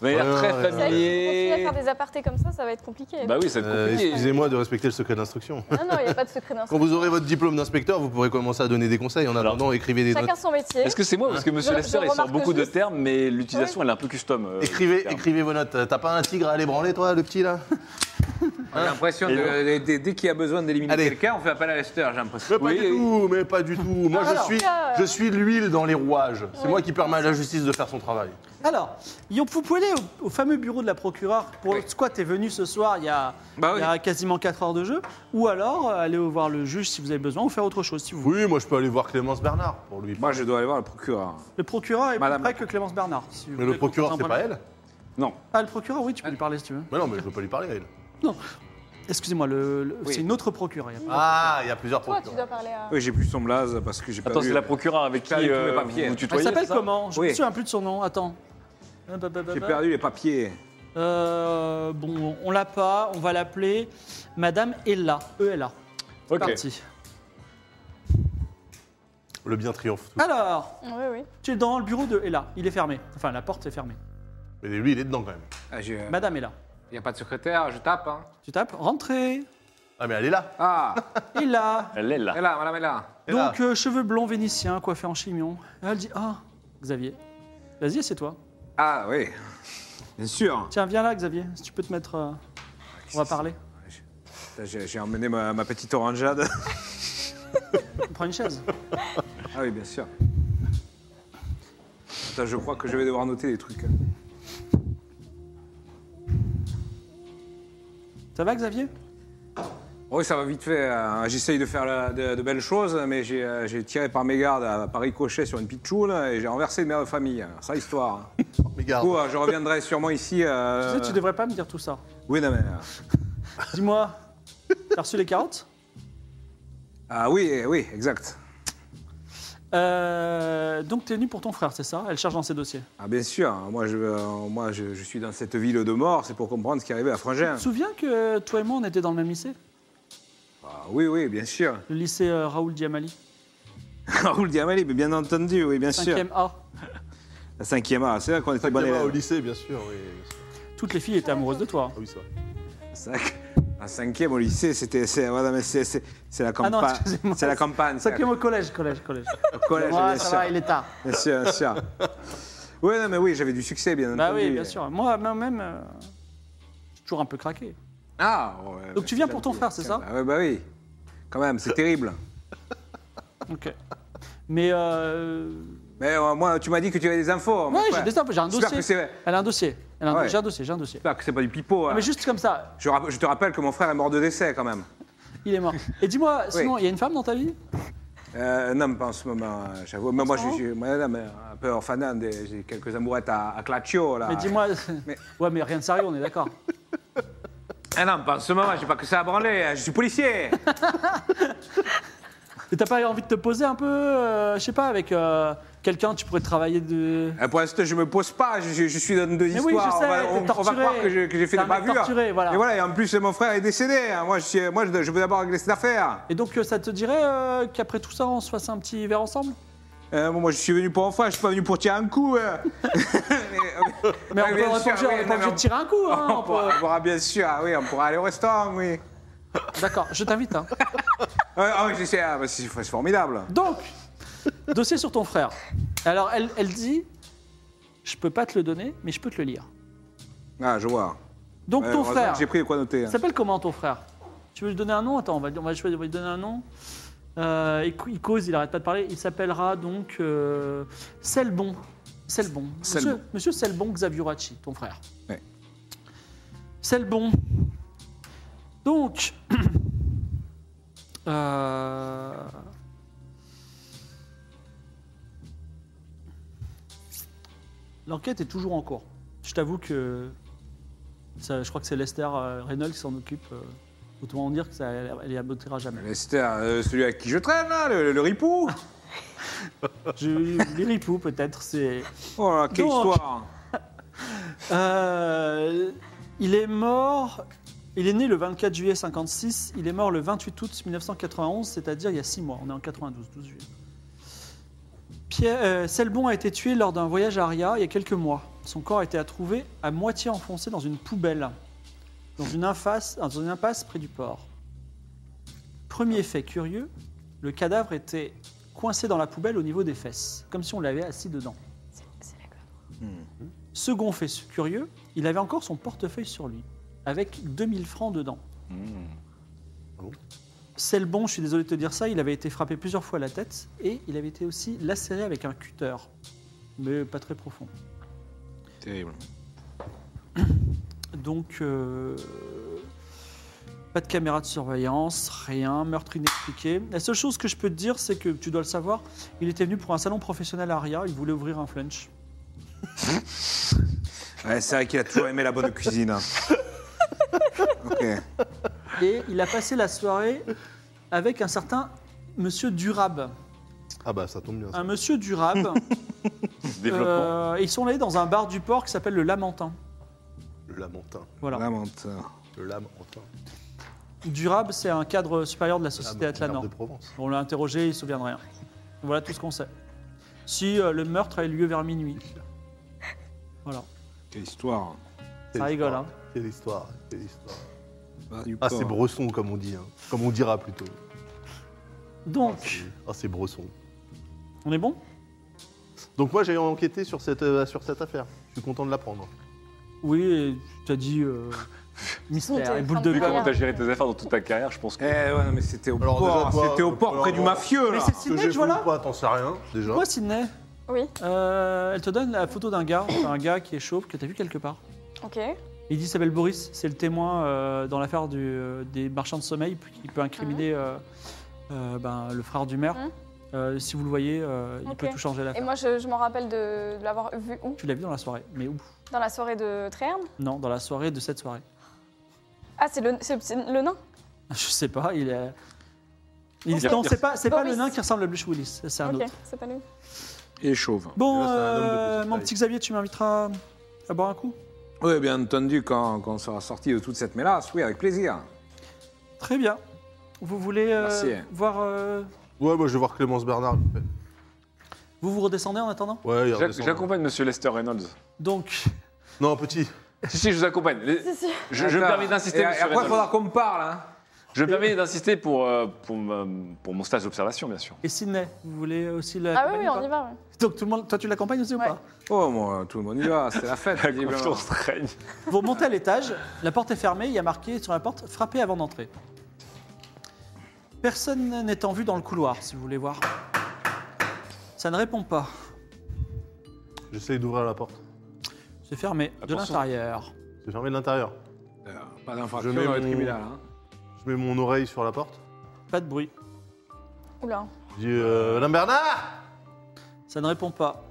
Vous avez l'air Ouais, très ouais, C'est vrai ouais. que si on continue à familier. faire des apartés comme ça, ça va être compliqué. Bah oui, ça va être Euh, compliqué. Excusez-moi de respecter le secret d'instruction. Non, non, il n'y a pas de secret Quand d'instruction. vous aurez votre diplôme d'inspecteur, vous pourrez commencer à donner des conseils. En Alors, attendant, écrivez des notes. Chacun son métier. Est-ce que c'est moi Parce que Monsieur Je- je Lester, il sort remarque beaucoup de juste- termes, mais l'utilisation, elle est un peu custom. euh, Écrivez, des termes. écrivez vos notes. Euh, T'as pas un tigre à aller branler, toi, le petit, là J'ai l'impression, Et de- de- de- dès qu'il y a besoin d'éliminer Allez. quelqu'un, on fait appel à Lester, j'ai l'impression. Mais pas du tout, mais pas du tout. Moi, je suis, ça, euh. je suis l'huile dans les rouages. C'est moi qui permets à la justice de faire son travail. Alors, Yon, vous pouvez aller au, au fameux bureau de la procureure pour Oui. le squat est venu ce soir, il y a, Bah il y a quasiment 4 heures de jeu, ou alors euh, aller voir le juge si vous avez besoin, ou faire autre chose si vous voulez. Oui, moi, je peux aller voir Clémence Bernard pour lui. Moi, je dois aller voir le procureur. Le procureur est Madame. plus près que Clémence Bernard. si vous Mais voulez le procureur, qu'on c'est fasse un pas point. elle Non. Ah, le procureur, oui, tu peux lui parler si tu veux. Mais non, mais je veux pas lui parler à elle. Excusez-moi, le, le- Oui. c'est une autre procureur. il y a pas- Ah, il y a plusieurs Toi, tu dois procureurs. parler à. Oui, j'ai plus son blaze parce que j'ai pas Attends, vu- c'est la procureure avec qui Perdu tous mes euh, papiers. vous vous Elle Elle tutoyez s'appelle c'est ça comment Je Oui. me souviens plus de son nom, attends. Ah, bah, J'ai perdu les papiers. Euh, bon, on l'a pas, on va l'appeler Madame Ella. E-L-A. C'est Ok. parti. Le bien triomphe. tout. Alors, Oui, oui. tu es dans le bureau de Ella. Il est fermé. Enfin, la porte est fermée. Mais lui, il est dedans quand même. Ah, j'ai- Madame Ella. Il n'y a pas de secrétaire, je tape. hein. Tu tapes Rentrez. Ah, mais elle est là. Ah, Ella. Elle est là. elle est là, madame est là. Elle est là. Donc, euh, cheveux blonds vénitiens, coiffé en chignon. Et Elle dit Ah, Xavier. Vas-y, c'est toi. Ah, oui. Bien sûr. Tiens, viens là, Xavier. Si tu peux te mettre. euh, on va parler. Putain, J'ai j'ai emmené ma, ma petite orangeade. Prends une chaise. Ah oui, bien sûr. Attends, je crois que je vais devoir noter des trucs. Ça va, Xavier Oh Oui, ça va vite fait. hein. J'essaye de faire la- de, de belles choses, mais j'ai euh, j'ai tiré par mes gardes à Paris Cochet sur une pitchoune et j'ai renversé une mère de famille. Ça, histoire. Du Mais garde. coup, euh, je reviendrai sûrement ici. euh, Tu sais, tu devrais pas me dire tout ça. Oui, non, mais... euh, Dis-moi, t'as reçu les carottes Ah oui, oui, exact. Euh, donc t'es venu pour ton frère, c'est ça Elle cherche dans ses dossiers. Ah, bien sûr, moi, je, euh, moi je, je suis dans cette ville de mort, c'est pour comprendre ce qui est arrivé à Frangin. Tu te souviens que toi et moi on était dans le même lycée Ah, oui, oui, bien sûr. (laughs) Ah, Le lycée euh, Raoul Diamali, Raoul Diamali, mais bien entendu, oui, bien sûr. 5e A. La cinquième A, c'est vrai qu'on était bon Cinquième A au élève. lycée, bien sûr. Oui, bien sûr. Toutes les filles étaient amoureuses de toi. hein. Ah oui, ça. Cinq- En cinquième au lycée, c'était, c'est, voilà, mais c'est, c'est- c'est la Ah non, campagne. excusez-moi. c'est la campagne. c'est la- 5e au collège, collège, collège. au collège, Ouais, bien, Ah, ça sûr, va, il est tard. bien sûr. Bien sûr, Oui, non, mais oui, j'avais du succès, bien Bah entendu. oui, bien sûr. Moi, moi-même, euh, je suis toujours un peu craqué. Ah. ouais, Donc tu viens pour ton frère, c'est ça Ah ouais, bah oui. Quand même, c'est terrible. Ok. Mais euh... Mais euh, moi, tu m'as dit que tu avais des infos. mon ouais, j'ai frère. des infos, j'ai un J'espère dossier. que c'est- Elle a un dossier. Elle a un do- Ouais. J'ai un dossier, j'ai un dossier. J'espère que c'est pas du pipeau. hein. Mais juste comme ça, Je, rapp- je te rappelle que mon frère est mort de décès, quand même. il est mort. Et dis-moi, sinon, il y a une femme dans ta vie Euh, non, mais pas en ce moment, euh, j'avoue. Mais moi, je moment suis moi, non, mais un peu orphanant. des- J'ai quelques amourettes à, à Claccio, là. Mais dis-moi. (laughs) Mais- Ouais, mais rien de sérieux, on est d'accord. Ah non, pas en ce moment, j'ai pas que ça à branler, hein, je suis (laughs) policier. Et t'as pas envie de te poser un peu, euh, je sais pas, avec euh, quelqu'un, tu pourrais travailler de. Euh, Pour l'instant, je me pose pas, je, je suis dans deux Mais histoires. oui, je sais, on, va, t'es on- on va torturé. croire que je- que j'ai fait T'es des un mec bavures. torturé, voilà. Et voilà, et en plus, mon frère est décédé. hein. Moi, je, suis- moi, je, je veux d'abord régler cette affaire. Et donc, euh, ça te dirait euh, qu'après tout ça, on se fasse un petit verre ensemble Euh, bon, moi, je suis venu pour enfin, je suis pas venu pour tirer un coup. hein. Mais (laughs) on Ouais, peut- bien on est sûr, pas obligé- oui, Oh, on est non, pas obligé mais de tirer un coup, hein, On on peut- pourra, on pourra bien sûr, ah oui, on pourra aller au restaurant, oui. D'accord, je t'invite. hein. Ouais, ah oui, je sais, ah, bah, c'est c'est formidable. Donc, dossier sur ton frère. Alors, elle, elle dit Je peux pas te le donner, mais je peux te le lire. Ah, je vois. Donc, Ouais, ton heureusement frère. que J'ai pris de quoi noter. hein. Il s'appelle comment ton frère Tu veux lui donner un nom Attends, on va, on va choisir- on va lui donner un nom. Euh, il, cou- il cause, il arrête pas de parler. Il s'appellera donc euh, Selbon. Selbon. Selbon. Monsieur, monsieur Selbon Xaviorachi, ton frère. Ouais. Selbon. Donc. (clears throat) euh, L'enquête est toujours en cours. Je t'avoue que ça, je crois que c'est Lester euh, Reynolds qui s'en occupe. euh, autrement dire que ça, elle, elle y aboutira jamais. Lester, euh, celui avec qui je traîne, là, le, le- le ripou. Je- Les ripoux, peut-être, c'est. Oh là, quelle Donc. histoire. Euh, il est mort. Il est né le 24 juillet 56. Il est mort le 28 août 1991, c'est-à-dire il y a 6 mois. On est en 92, 12 juillet. Pierre, euh, Selbon a été tué lors d'un voyage à Aria il y a quelques mois. Son corps a été trouvé à moitié enfoncé dans une poubelle, dans une impasse, dans une impasse près du port. Premier fait curieux, le cadavre était coincé dans la poubelle au niveau des fesses, comme si on l'avait assis dedans. C'est c'est la gloire. Hmm. Second fait curieux, il avait encore son portefeuille sur lui, avec 2000 francs dedans. Hmm. Oh. C'est le bon, je suis désolé de te dire ça, il avait été frappé plusieurs fois à la tête et il avait été aussi lacéré avec un cutter, mais pas très profond. Terrible. Donc, euh, pas de caméra de surveillance, rien, meurtre inexpliqué. La seule chose que je peux te dire, c'est que tu dois le savoir, il était venu pour un salon professionnel à Aria, il voulait ouvrir un flunch. Ouais, c'est vrai qu'il a toujours aimé la bonne (laughs) cuisine. hein. ok. Et il a passé la soirée avec un certain monsieur Durab. Ah bah ça tombe bien. ça. Un monsieur Durab. Développement. euh, ils sont allés dans un bar du port qui s'appelle le Lamentin. Le lamentin. Voilà. Lamentin. Le lamentin. Durab, c'est un cadre supérieur de la Le société lamentin Atlanor. de Provence. On l'a interrogé, il ne se souvient de rien. Voilà tout ce qu'on sait. Si euh, le meurtre a eu lieu vers minuit. Voilà, Quelle histoire. ça rigole. Hein. Quelle histoire, quelle histoire. Bah, du Ah porc. c'est Bresson comme on dit, hein. comme on dira (laughs) plutôt. Donc, Ah c'est Bresson. on est bon Donc moi j'ai enquêté sur cette, euh, sur cette affaire. Je suis content de l'apprendre. Oui, et tu as dit (laughs) euh, mystère et boule de Vu Voilà. comment gomme. t'as géré tes affaires dans toute ta carrière, je pense Eh que. ouais, non, mais c'était au Alors, port, déjà, toi, c'était au euh, port près alors, du mafieux, Mais là. c'est Que Sydney, j'ai tu vu ou vois là pas, t'en sais rien déjà. Pourquoi Sydney Oui, Euh, Elle te donne la photo d'un gars, enfin, un gars qui est chauve, que tu as vu quelque part. ok. Il dit qu'il s'appelle Boris, c'est le témoin euh, dans l'affaire du, euh, des marchands de sommeil puis qui peut incriminer euh, Hein euh, ben, le frère du maire. Mhm. Euh, si vous le voyez, euh, il Ok. peut tout changer Et l'affaire. moi, je, je m'en rappelle de, de l'avoir vu où Tu l'as vu dans la soirée, mais où Dans la soirée de Tréherne Non, dans la soirée de cette soirée. Ah, c'est le, c'est- c'est le nain (laughs) Je sais pas, il est. il- Ok. Non, c'est pas, c'est pas le Boris. nain qui ressemble à Blush Willis, c'est un Ok, autre. c'est pas lui. Et chauve. Bon, Et là, c'est un homme de euh, petite mon taille. petit Xavier, tu m'inviteras à boire un coup Oui, bien entendu, quand, quand on sera sorti de toute cette mélasse, oui, avec plaisir. Très bien. Vous voulez euh, Merci. voir. euh, Ouais moi je vais voir Clémence Bernard. vite fait. Vous vous redescendez en attendant Ouais, il J'ac- redescend. J'accompagne monsieur Lester Reynolds. Donc, Non petit. Si, si, je vous accompagne. Les- Si, si. Je, je me Attends, permets d'insister, Et, et monsieur après, il Reynolds. faudra qu'on parle, hein. Je me permets d'insister pour, euh, pour, ma- pour mon stage d'observation, bien sûr. et Sydney, vous voulez aussi Ah l'accompagner oui, oui, ou on pas y va. ouais. Donc, tout le monde, toi, tu l'accompagnes aussi ou Ouais. pas Oh, moi, tout le monde y va, c'est la (laughs) fête, La visiblement. confiance règne. Vous remontez à l'étage, la porte est fermée, il y a marqué sur la porte frappez avant d'entrer. Personne n'est en vue dans le couloir, si vous voulez voir. Ça ne répond pas. J'essaye d'ouvrir la porte. C'est fermé de Attention. l'intérieur. C'est fermé de l'intérieur. Euh, Pas d'infraction Je mets dans le mon- tribunal, (laughs) hein. Je mets mon oreille sur la porte. Pas de bruit. Oula, Je dis euh, Madame Bernard Ça ne répond pas.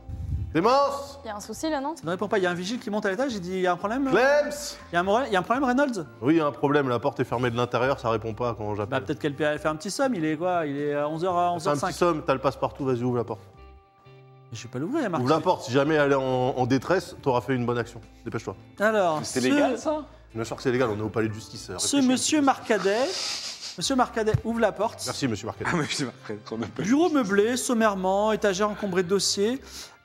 Clémence il y a un souci là, non Ça ne répond pas. Il y a un vigile qui monte à l'étage, il dit il y a un problème. euh, Clems Il y a un, moral- il y a un problème, Reynolds Oui, il y a un problème, la porte est fermée de l'intérieur, ça répond pas quand Bah, j'appelle. peut-être qu'elle peut faire un petit somme. Il est quoi Il est à 11h à Fais un petit 11h05. somme, t'as le passe-partout, vas-y, ouvre la porte. Je vais pas l'ouvrir, il y a marqué. Ouvre la porte, si jamais elle est en, en détresse, t'auras fait une bonne action. Dépêche-toi. Alors, C'est ce- légal, ça Bien sûr que c'est légal, on est au palais de justice. euh, Ce réfléchis. monsieur Marcadet, monsieur Marcadet ouvre la porte. Merci, (laughs) monsieur Euh, Marquet. Ah, mais je sais pas, après, on appelle. Bureau meublé, sommairement, étagère encombrée de dossiers,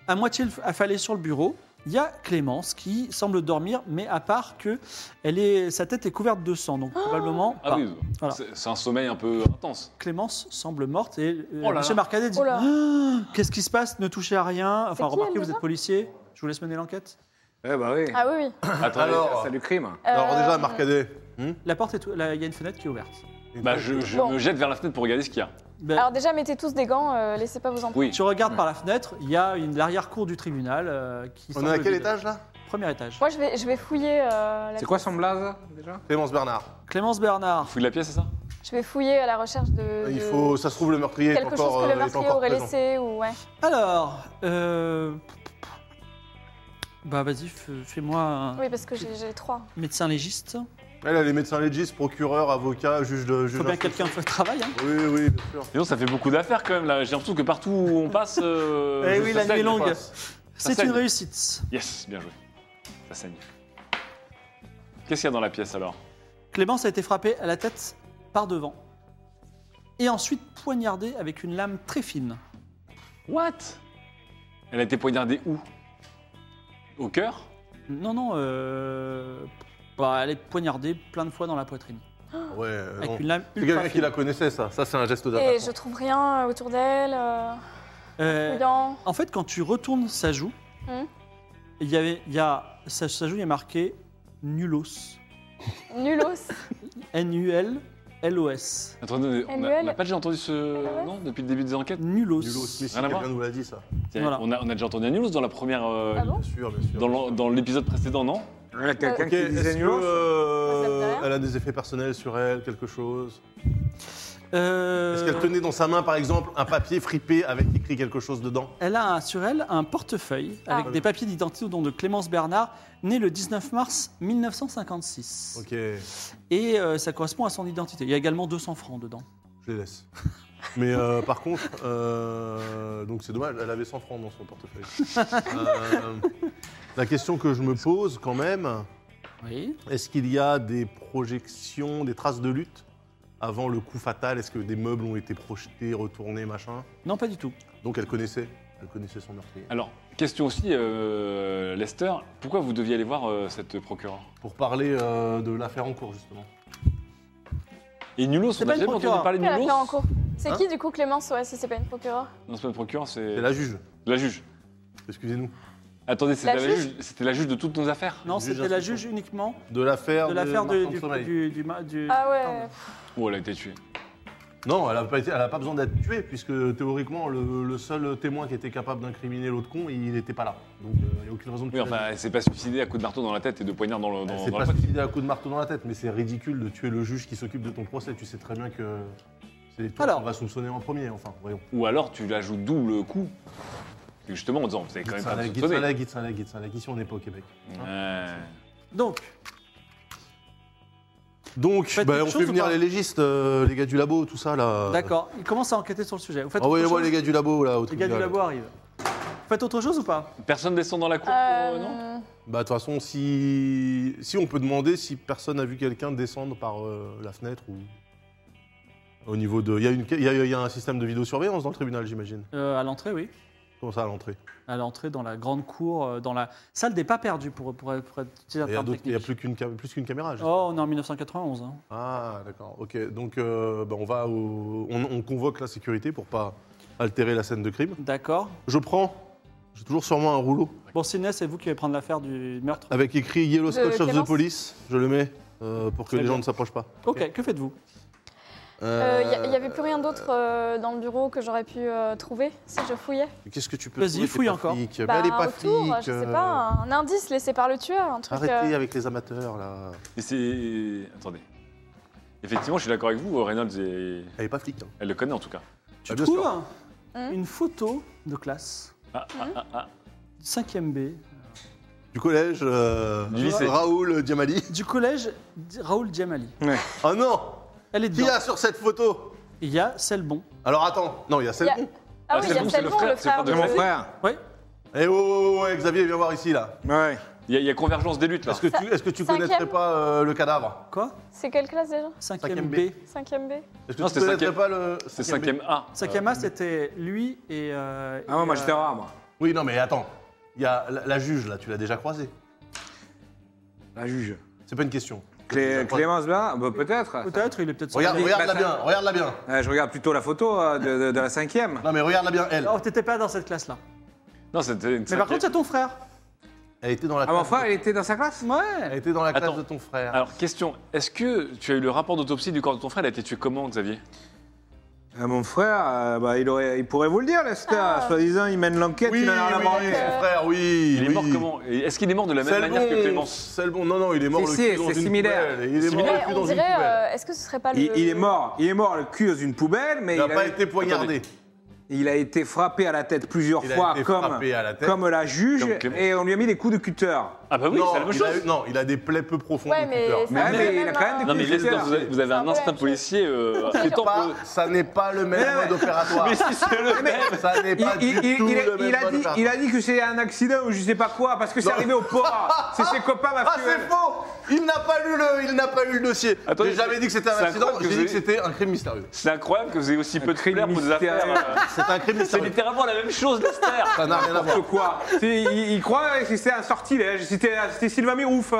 à moitié affalée sur le bureau. Il y a Clémence qui semble dormir, mais à part que elle est, sa tête est couverte de sang, donc probablement. Ah pas. oui, Voilà. c'est c'est un sommeil un peu intense. Clémence semble morte et euh, Oh là Monsieur là. Marcadet dit Oh là. Ah, Qu'est-ce qui se passe Ne touchez à rien. Enfin, qui, remarquez, elle, vous déjà êtes policier. Je vous laisse mener l'enquête. Eh, bah oui. Ah oui, oui. Attendez, Alors, C'est du crime. alors Euh, déjà, Marcadet. hmm La porte est, ou- là, il y a une fenêtre qui est ouverte. bah, je, je Bon. me jette vers la fenêtre pour regarder ce qu'il y a. Ben, Alors déjà, mettez tous des gants, euh, laissez pas vous en Oui. tu regardes par la fenêtre, il y a une l'arrière-cour du tribunal euh, qui. On est semble à quel vide. étage là Premier étage. Moi, je vais, je vais fouiller. euh, la... C'est quoi son blaze, déjà Clémence Bernard. Clémence Bernard. Fouille de la pièce, c'est ça Je vais fouiller à la recherche de. Ah, Il de faut, ça se trouve, le meurtrier est Euh, Quelque chose encore, que euh, le est meurtrier encore aurait présent. laissé ou ouais. Alors, euh... bah vas-y, f- fais-moi un Oui, parce que j'ai j'ai trois. médecin légiste. Elle, elle est médecin légiste, procureur, avocat, juge de. Juge Faut bien que d'instruction. quelqu'un fasse le travail. Hein. Oui, oui, bien sûr. Sinon, ça fait beaucoup d'affaires quand même. là. J'ai l'impression que partout où on passe. euh, (laughs) Eh je- oui, ça la nuit saigne, est longue. quoi. C'est saigne. une réussite. Yes, bien joué. Ça saigne. Qu'est-ce qu'il y a dans la pièce alors Clémence a été frappée à la tête par devant et ensuite poignardée avec une lame très fine. What Elle a été poignardée où Au cœur Non, non, euh... bah, elle est poignardée plein de fois dans la poitrine. Ouais, euh, Avec non. une lame C'est ultra quelqu'un qui fine. la connaissait, ça. Ça, c'est un geste Et d'attaque. je trouve rien autour d'elle. Euh, Euh, fouillant. En fait, quand tu retournes sa joue, Hmm. il y avait, il y a, sa, sa joue il est marqué Nulos. Nulos. N-U-L-L-O-S. Attendez, on a- on n'a pas déjà entendu ce nom depuis le début des enquêtes Nulos. Nul aussi, mais si Rien à voir. quelqu'un nous l'a dit, ça. Tiens, Voilà. on, a, on a déjà entendu un news dans la première. euh, Ah bon Bien sûr, bien sûr. dans l'en- dans l'épisode précédent, non Il y a quelqu'un Ok, qui disait est-ce que, nul. euh, Ça me fait rien. elle a des effets personnels sur elle, quelque chose Euh, Est-ce qu'elle tenait dans sa main, par exemple, un papier fripé avec écrit quelque chose dedans elle a un- sur elle un portefeuille Ah. avec des papiers d'identité au nom de Clémence Bernard, née le 19 mars 1956. Ok, je Et euh, ça correspond à son identité. Il y a également 200 francs dedans. les laisse. (laughs) Mais euh, par contre, euh, donc c'est dommage, elle avait 100 francs dans son portefeuille. (laughs) Euh, la question que je me pose quand même, Oui. est-ce qu'il y a des projections, des traces de lutte avant le coup fatal Est-ce que des meubles ont été projetés, retournés, machin Non, pas du tout. Donc elle connaissait, elle connaissait son meurtrier. Alors, question aussi, euh, Lester, pourquoi vous deviez aller voir euh, cette procureure Pour parler euh, de l'affaire en cours, justement. Et Nulos, C'est on pas a une jamais procureure. entendu parler de Qu'elle a Nulos fait en cours. C'est Hein qui du coup Clémence Ouais, si c'est pas une procureure. Non, c'est pas une procureure, c'est C'est la juge, la juge. excusez-nous. Attendez, c'était La la, juge juge C'était la juge de toutes nos affaires Non, Le juge c'était la d'instruction. juge uniquement De l'affaire de l'affaire de- Martin du, Sommeil. du, du ma- du- Ah ouais. pardon. Oh, elle a été tuée. Non, elle n'a pas, été- elle a pas besoin d'être tuée, puisque théoriquement, le, le seul témoin qui était capable d'incriminer l'autre con, il n'était pas là. Donc, euh, il n'y a aucune raison de Oui, tuer la enfin, juge. elle s'est pas suicidée à coups de marteau dans la tête et de poignard dans le. Elle Dans, s'est dans pas la poitrine. suicidée à coups de marteau dans la tête, mais c'est ridicule de tuer le juge qui s'occupe de ton procès. Tu sais très bien que c'est toi Alors. qu'on va soupçonner en premier, enfin, voyons. Ou alors tu la joues double coup. Justement, en disant, vous avez quand même pas Guitz-Salah, soupçonné. Guitz-Salah, Guitz-Salah, Guitz-Salah. Ici, on n'est pas au Québec. Ouais. Donc, Donc, Faites bah, quelque on chose ou fait venir pas les légistes, euh, les gars du labo, tout ça, là. d'accord, il commence à enquêter sur le sujet. Vous faites autre Envoyez-moi chose Ah les gars du labo, là, au Les gars du tribunal. labo arrivent. Vous faites autre chose ou pas Personne descend dans la cour, Euh, euh, non Bah, de toute façon, si... si on peut demander si personne a vu quelqu'un descendre par euh, la fenêtre ou. Au niveau de. Il y, a une... il y a- il y a un système de vidéosurveillance dans le tribunal, j'imagine. Euh, À l'entrée, oui. Comment ça à l'entrée À l'entrée, dans la grande cour, euh, dans la salle des pas perdus, pour, pour, pour être Il y a, terme d'autres- il y a technique. plus qu'une ca- plus qu'une caméra, j'espère. Oh, on est en 1991. hein. Ah, d'accord. Ok, donc euh, bah, on va au- on, on convoque la sécurité pour pas altérer la scène de crime. D'accord. Je prends. J'ai toujours sur moi un rouleau Bon, Sidney, c'est vous qui allez prendre l'affaire du meurtre. avec écrit Yellow De Scotch of the Clémence Police. Je le mets euh, pour que Très les gens bien. ne s'approchent pas. Ok, que faites-vous Bah, Euh, y a- y avait plus rien d'autre euh, dans le bureau que j'aurais pu euh, trouver si je fouillais. Qu'est-ce que tu peux Vas-y, trouver, t'es fouille pas encore. flic. Mais Eh ben, elle est pas autour, flic, Bah, je sais euh, pas, hein, un indice laissé par le tueur, un truc. Arrêtez euh, avec les amateurs, là. Et c'est. Attendez. Effectivement, je suis d'accord avec vous, Reynolds, et- Elle est pas flic. hein. elle le connaît en tout cas. Tu Ah, bien trouves sûr. un- Hmm. une photo de classe, Ah, ah, ah, ah. 5e B, Du collège, euh, Du lycée. Raoul Diamali. du collège Di- Raoul Diamali. Oh non Elle est Qui y dedans. a sur cette photo Il y a celle bon. Alors attends, non, il y a celle Y a- Ah oui, Ah, il y a c'est bon, Salmon, c'est le frère de C'est mon José. frère. Ouais. Eh oh, oh, oh, oh, Xavier, viens voir ici, là. Ouais. Il y, a- il y a convergence des luttes là. Est-ce que tu, est-ce que tu Cinquième. connaîtrais pas euh, le cadavre Quoi C'est quelle classe déjà 5e Cinquième B. B. Cinquième B Est-ce que Non, tu c'est connaîtrais cinquième. pas le... C'est cinquième B 5ème A. Cinquième A, c'était lui et. euh, Ah, ouais, et, moi euh, j'étais rare, moi. Oui, non, mais attends. Il y a la, la juge, là, tu l'as déjà croisée. La juge. C'est pas une question. Clé- Clémence Blanc bah, Peut-être. Peut-être, il est peut-être Regarde, sorti. regarde-la bah, bien, regarde-la bien. Euh, je regarde plutôt la photo euh, de, de- de la cinquième. Non, mais regarde-la bien, elle. Oh, t'étais pas dans cette classe-là. Non, c'était une Mais par contre, il y a cinquième. ton frère. Elle était dans la Ah, mon classe, frère, il était dans sa classe elle Ouais. était dans la classe Attends. de ton frère. Alors, question, est-ce que tu as eu le rapport d'autopsie du corps de ton frère Il a été tué comment, Xavier Ah, Mon frère, euh, bah, il, aurait, il pourrait vous le dire, Lester. Ah. Soi-disant, il mène l'enquête, oui, il en a rien à oui, branler. son frère, oui. Il est oui. mort comment Et Est-ce qu'il est mort de la même C'est le manière que bon, Clémence C'est le bon. Non, non, il est mort Si, le si, cul dans c'est une similaire. poubelle. Il est mort Ouais, le cul on dans une dirait, poubelle. euh, est-ce que ce serait pas le. Il, il est mort, il est mort le cul dans une poubelle, mais Il il, n'a pas avait- été poignardé. il a été frappé à la tête plusieurs Il a fois, été comme, frappé à la tête. comme la juge, Comme Clémence. et on lui a mis des coups de cutter. Ah bah oui, non, c'est la même il a, eu- chose non, il a des plaies peu profondes. Ouais, au mais. Twitter. ça Mais fait mais il a même quand même des un- Non mais coups de laissez cutter. vous avez- vous avez un peu la instinct même chose. policier euh, C'est Bah, étant pas- peu- ça n'est pas le même Mais- mode opératoire. Mais si, c'est (laughs) le même ça n'est Il, pas il- du il- tout il- le même il a mode dit, opératoire. il a dit que c'est un accident ou je sais pas quoi parce que c'est Non. (laughs) arrivé au port. C'est ses copains, ma Ah, c'est faux Il n'a pas lu le, il n'a pas lu le dossier. Attendez, J'ai jamais dit que c'était un c'est accident. incroyable que J'ai dit vous que c'était un crime mystérieux. C'est incroyable que vous ayez aussi peu de crime flair pour des mystérieux. affaires. euh. C'est un crime (laughs) C'est mystérieux. littéralement la même chose, Lester. Ça n'a rien à voir. N'importe quoi. C'est- Il, il croit que c'était un sortilège. C'était c'était Sylvain Mirouf.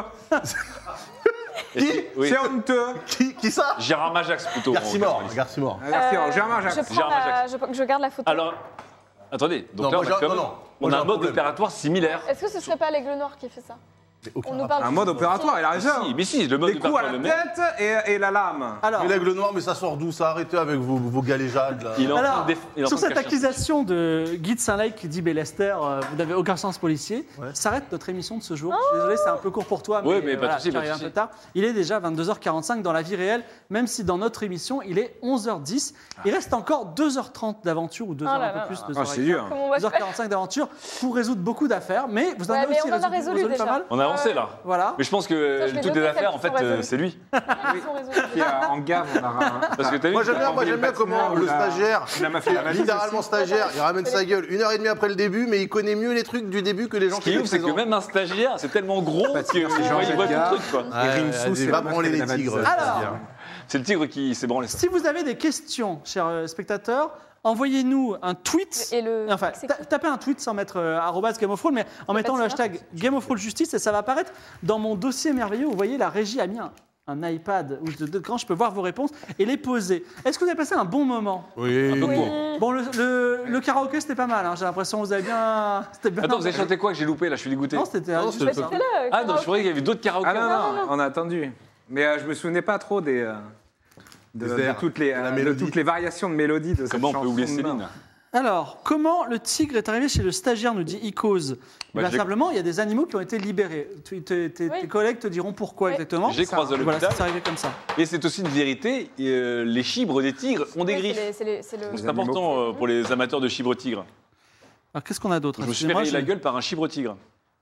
Qui Oui. C'est honteux. Ah, Qui, qui ça Gérard Majax plutôt. Garcimore. en fait. Garcimore. Euh, Merci, alors, Germain Jacques. je, prends la- je, je garde la photo. Alors, attendez. Donc Non, là, moi, on j'ai a, un- comme- non, non. on Moi, a j'ai un un mode problème. opératoire similaire. Est-ce que ce serait pas l'aigle noir qui fait ça On nous parle Un du- mode opératoire, il a Ah, raison. mais si, le Ah, mode Des coups à opératoire de la merde. tête et, et la lame. Alors, Mais l'aigle noir, mais ça sort d'où ça Arrêtez avec vos, vos galéjades là. Il est en train alors de déf- il est en sur train de cette cacher un truc. accusation de Guy de Saint-Lake qui dit Mais Lester, euh, vous n'avez aucun sens policier, Ouais. s'arrête notre émission de ce jour. Oh. Je suis désolé, c'est un peu court pour toi, mais, Ouais, mais euh, pas de voilà, souci, tu pas de arrives un souci. peu tard. Il est déjà 22h45 dans la vie réelle, même si dans notre émission, il est 11h10. Ah. Il reste encore 2h30 d'aventure ou 2h un Oh là là peu plus. là. Oh, 2h15. c'est dur. Comment on va faire 2h45 d'aventure pour résoudre beaucoup d'affaires, mais vous en Ouais, avez mais aussi on en a résolu pas déjà. mal. On a avancé là. Voilà. Mais je pense que Ça, je euh, vais toutes les noter affaires, celles en qui fait, sont euh, résolues. c'est lui. Ah, ils sont Qui, résolus. euh, en gave, on a un- Parce que t'as vu Moi j'aime bien, moi j'aime bien comment le Là. stagiaire, Il a ma fait la valise littéralement stagiaire, il ramène sa gueule une heure et demie après le début, mais il connaît mieux les trucs du début que les gens Ce qui est ouf, c'est que présents. même un stagiaire, c'est tellement gros Bah, que sinon, c'est genre, il Jean-Jacques voit tout le Gard. truc, quoi. Ouais, Et Rimsou, vas-y, c'est va la branler les masque tigres. de la Alors. c'est-à-dire. C'est le tigre qui s'est branlé, ça. Si vous avez des questions, chers euh, spectateurs, envoyez-nous un tweet. Et le. Enfin, c'est ta- qui tapez un tweet sans mettre euh, arobase Game of Thrones, mais en mettant le pas si hashtag Game of Thrones Justice, et ça va apparaître dans mon dossier merveilleux. Vous voyez, la régie a mis un, un iPad où de, de- quand je peux voir vos réponses et les poser. Est-ce que vous avez passé un bon moment Oui. Oui. Bon, le, le- le karaoké, c'était pas mal. hein. J'ai l'impression que vous avez bien... C'était bien... Attends, vous avez chanté quoi que j'ai loupé là Je suis dégoûté. Non, c'était... Non, euh, c'était juste le ça. Là, Ah non, je croyais qu'il y avait d'autres karaokés. Ah non, non, on a attendu. Mais euh, je me souvenais pas trop des. euh, de, Des airs, de toutes les, de la euh, de mélodie. toutes les variations de mélodie de cette Comment on peut chanson oublier de Céline merde. Alors, comment le tigre est arrivé chez le stagiaire, nous dit Icos Eh bien, Bah, j'ai- Simplement, il y a des animaux qui ont été libérés. Tu- te- te- Oui. Tes collègues te diront pourquoi Oui. exactement. J'ai croisé à Voilà, l'hôpital. c'est arrivé comme ça. Et c'est aussi une vérité, et, euh, les chibres des tigres ont des Oui, c'est griffes. les- c'est les- c'est le. Donc, C'est Les animaux. important euh, pour les amateurs de chibres tigres. Alors, qu'est-ce qu'on a d'autre Je me suis fait Excusez-moi, rayer la j'ai- gueule par un chibre tigre.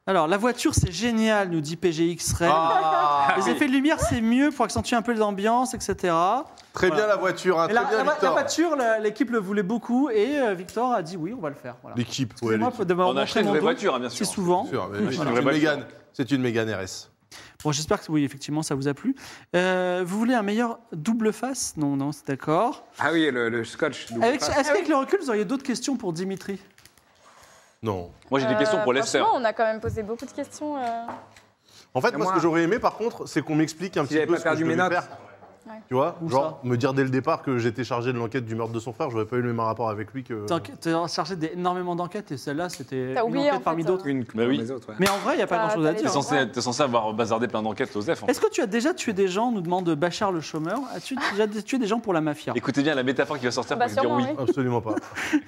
Alors, la voiture, c'est génial, nous dit PGX Ray. Ah, les oui. effets de lumière, c'est mieux pour accentuer un peu l'ambiance, etc. très bien la voiture, hein, Et très la, la- bien la Victor. voiture, la- l'équipe le voulait beaucoup et euh, Victor a dit oui, on va le faire. Voilà. L'équipe, ouais, Excusez-moi l'équipe. de m'avoir On a montré acheté une mon vraie dos voiture, hein, bien si sûr. souvent. Sûr, mais c'est oui, une C'est vraie une voiture. Mégane, c'est une Mégane RS. Bon, j'espère que oui, effectivement, ça vous a plu. Euh, vous voulez un meilleur double face Non, non, c'est d'accord. Ah oui, le, le scotch. Ah donc, Avec- pas- Est-ce qu'avec le recul, vous auriez d'autres questions pour Dimitri Non. Moi, j'ai des Euh, questions pour Lester. franchement, on a quand même posé beaucoup de questions. euh. En fait, Mais moi, ce moi- que j'aurais aimé, par contre, c'est qu'on m'explique un Si petit j'avais peu pas ce que perdu je mes devais notes. faire. Ouais. Tu vois, Où genre me dire dès le départ que j'étais chargé de l'enquête du meurtre de son frère, j'aurais pas eu le même rapport avec lui que. T'as t'as chargé d'énormément d'enquêtes et celle-là, c'était une T'as oublié, enquête en fait, parmi euh. d'autres. Une Bah oui. comme les autres, ouais. Mais en vrai, il n'y a pas T'as- grand-chose à t'as les T'es dire. Hein. censé, t'es censé avoir bazardé plein d'enquêtes, hein. Joseph. en fait. Est-ce que tu as déjà tué des gens, nous demande Bachar le chômeur. As-tu déjà tué des gens pour la mafia Écoutez bien la métaphore qui va sortir Bah, pour se dire sûrement, oui. oui. (laughs) Absolument pas.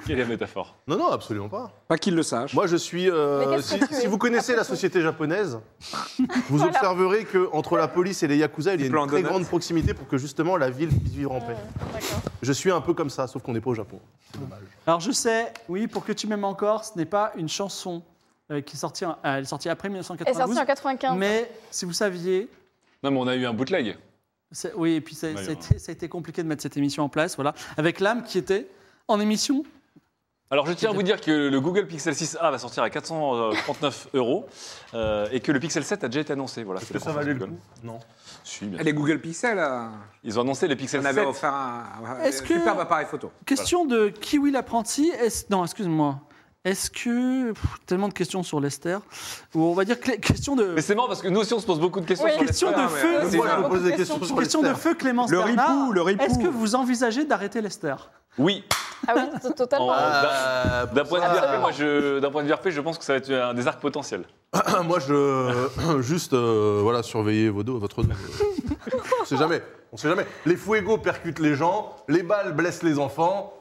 Quelle est la métaphore Non, non, absolument pas. Pas qu'il le sache. Moi, je suis. euh, Mais qu'est-ce si, que tu es si vous connaissez la (laughs) société japonaise, vous Voilà. observerez que entre la police et les yakuza, il y a Du une plan très donut. grande proximité pour que justement la ville puisse vivre en paix. D'accord. Je suis un peu comme ça, sauf qu'on n'est pas au Japon. C'est dommage. Alors je sais, oui, pour que tu m'aimes encore, ce n'est pas une chanson euh, qui est sortie, en- euh, elle est sortie après Elle est sortie 1992. en 95. mais si vous saviez, Non, mais on a eu un bootleg. c'est- oui, et puis ça, Ouais, ça a ouais. été, ça a été compliqué de mettre cette émission en place, voilà, avec l'âme qui était en émission. Alors, je tiens à vous dire que le Google Pixel 6a va sortir à 439 (laughs) euros euh, et que le Pixel 7 a déjà été annoncé. Voilà, Est-ce c'est que la ça France valait le Google. coup Non. Si, bien sûr. Les Google Pixel, euh, Ils ont annoncé les Pixel on avait 7. offert un, un Est-ce que- superbe appareil photo. Question de Kiwi l'apprenti. est-ce- Non, excuse-moi. Est-ce que pff, tellement de questions sur Lester, ou on va dire clé- question de Mais c'est marrant parce que nous aussi, on se pose beaucoup de questions Oui. sur les question de Ah, mais feu, c'est Moi, je beaucoup me pose de des questions. questions sur question de Lester. feu Clémence Le Bernard. ripou, le ripou. Est-ce que vous envisagez d'arrêter Lester Oui, Ah oui, t- en- totalement. Ah, d'un point, de vue ça- RP, moi, je- d'un point de vue RP, je pense que ça va être un des arcs potentiels. (coughs) Moi, je juste euh, voilà, surveiller vos dos, votre dos. euh. on sait jamais. On sait jamais. Les fuegos percutent les gens, les balles blessent les enfants.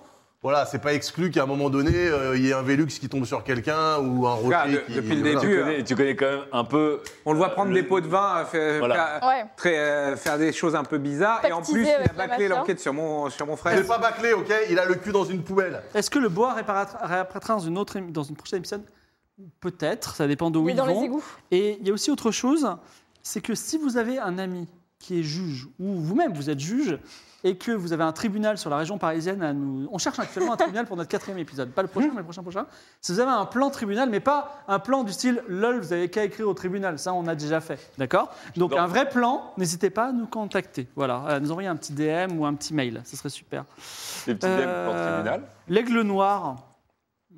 Voilà, c'est pas exclu qu'à un moment donné, euh, il y ait un Velux qui tombe sur quelqu'un ou Ah, un cas, rocher de- qui. depuis le voilà. Tu Dur. connais, tu connais quand même un peu. On le voit prendre Euh, des pots de vin, euh, faire, Voilà. faire- Ouais. très, euh, faire des choses un peu bizarres. Et en Pactiser plus, il a avec la bâclé mafia. l'enquête sur mon, sur mon frère. Il est pas bâclé, ok Il a le cul dans une poubelle. Est-ce que le bois réparatra- réapparaîtra dans une, autre, émi- dans une prochaine épisode Peut-être, ça dépend de où Oui, ils dans vont. les égouts. Et il y a aussi autre chose, c'est que si vous avez un ami qui est juge, ou vous-même vous êtes juge, et que vous avez un tribunal sur la région parisienne à nous. On cherche actuellement un tribunal pour notre quatrième épisode, pas le prochain, mais le prochain prochain. Si vous avez un plan tribunal, mais pas un plan du style lol, vous avez qu'à écrire au tribunal, ça on a déjà fait, d'accord Donc un vrai plan, n'hésitez pas à nous contacter, voilà, à nous envoyer un petit DM ou un petit mail, ce serait super. Des petits Euh, DM pour le tribunal. L'aigle noir.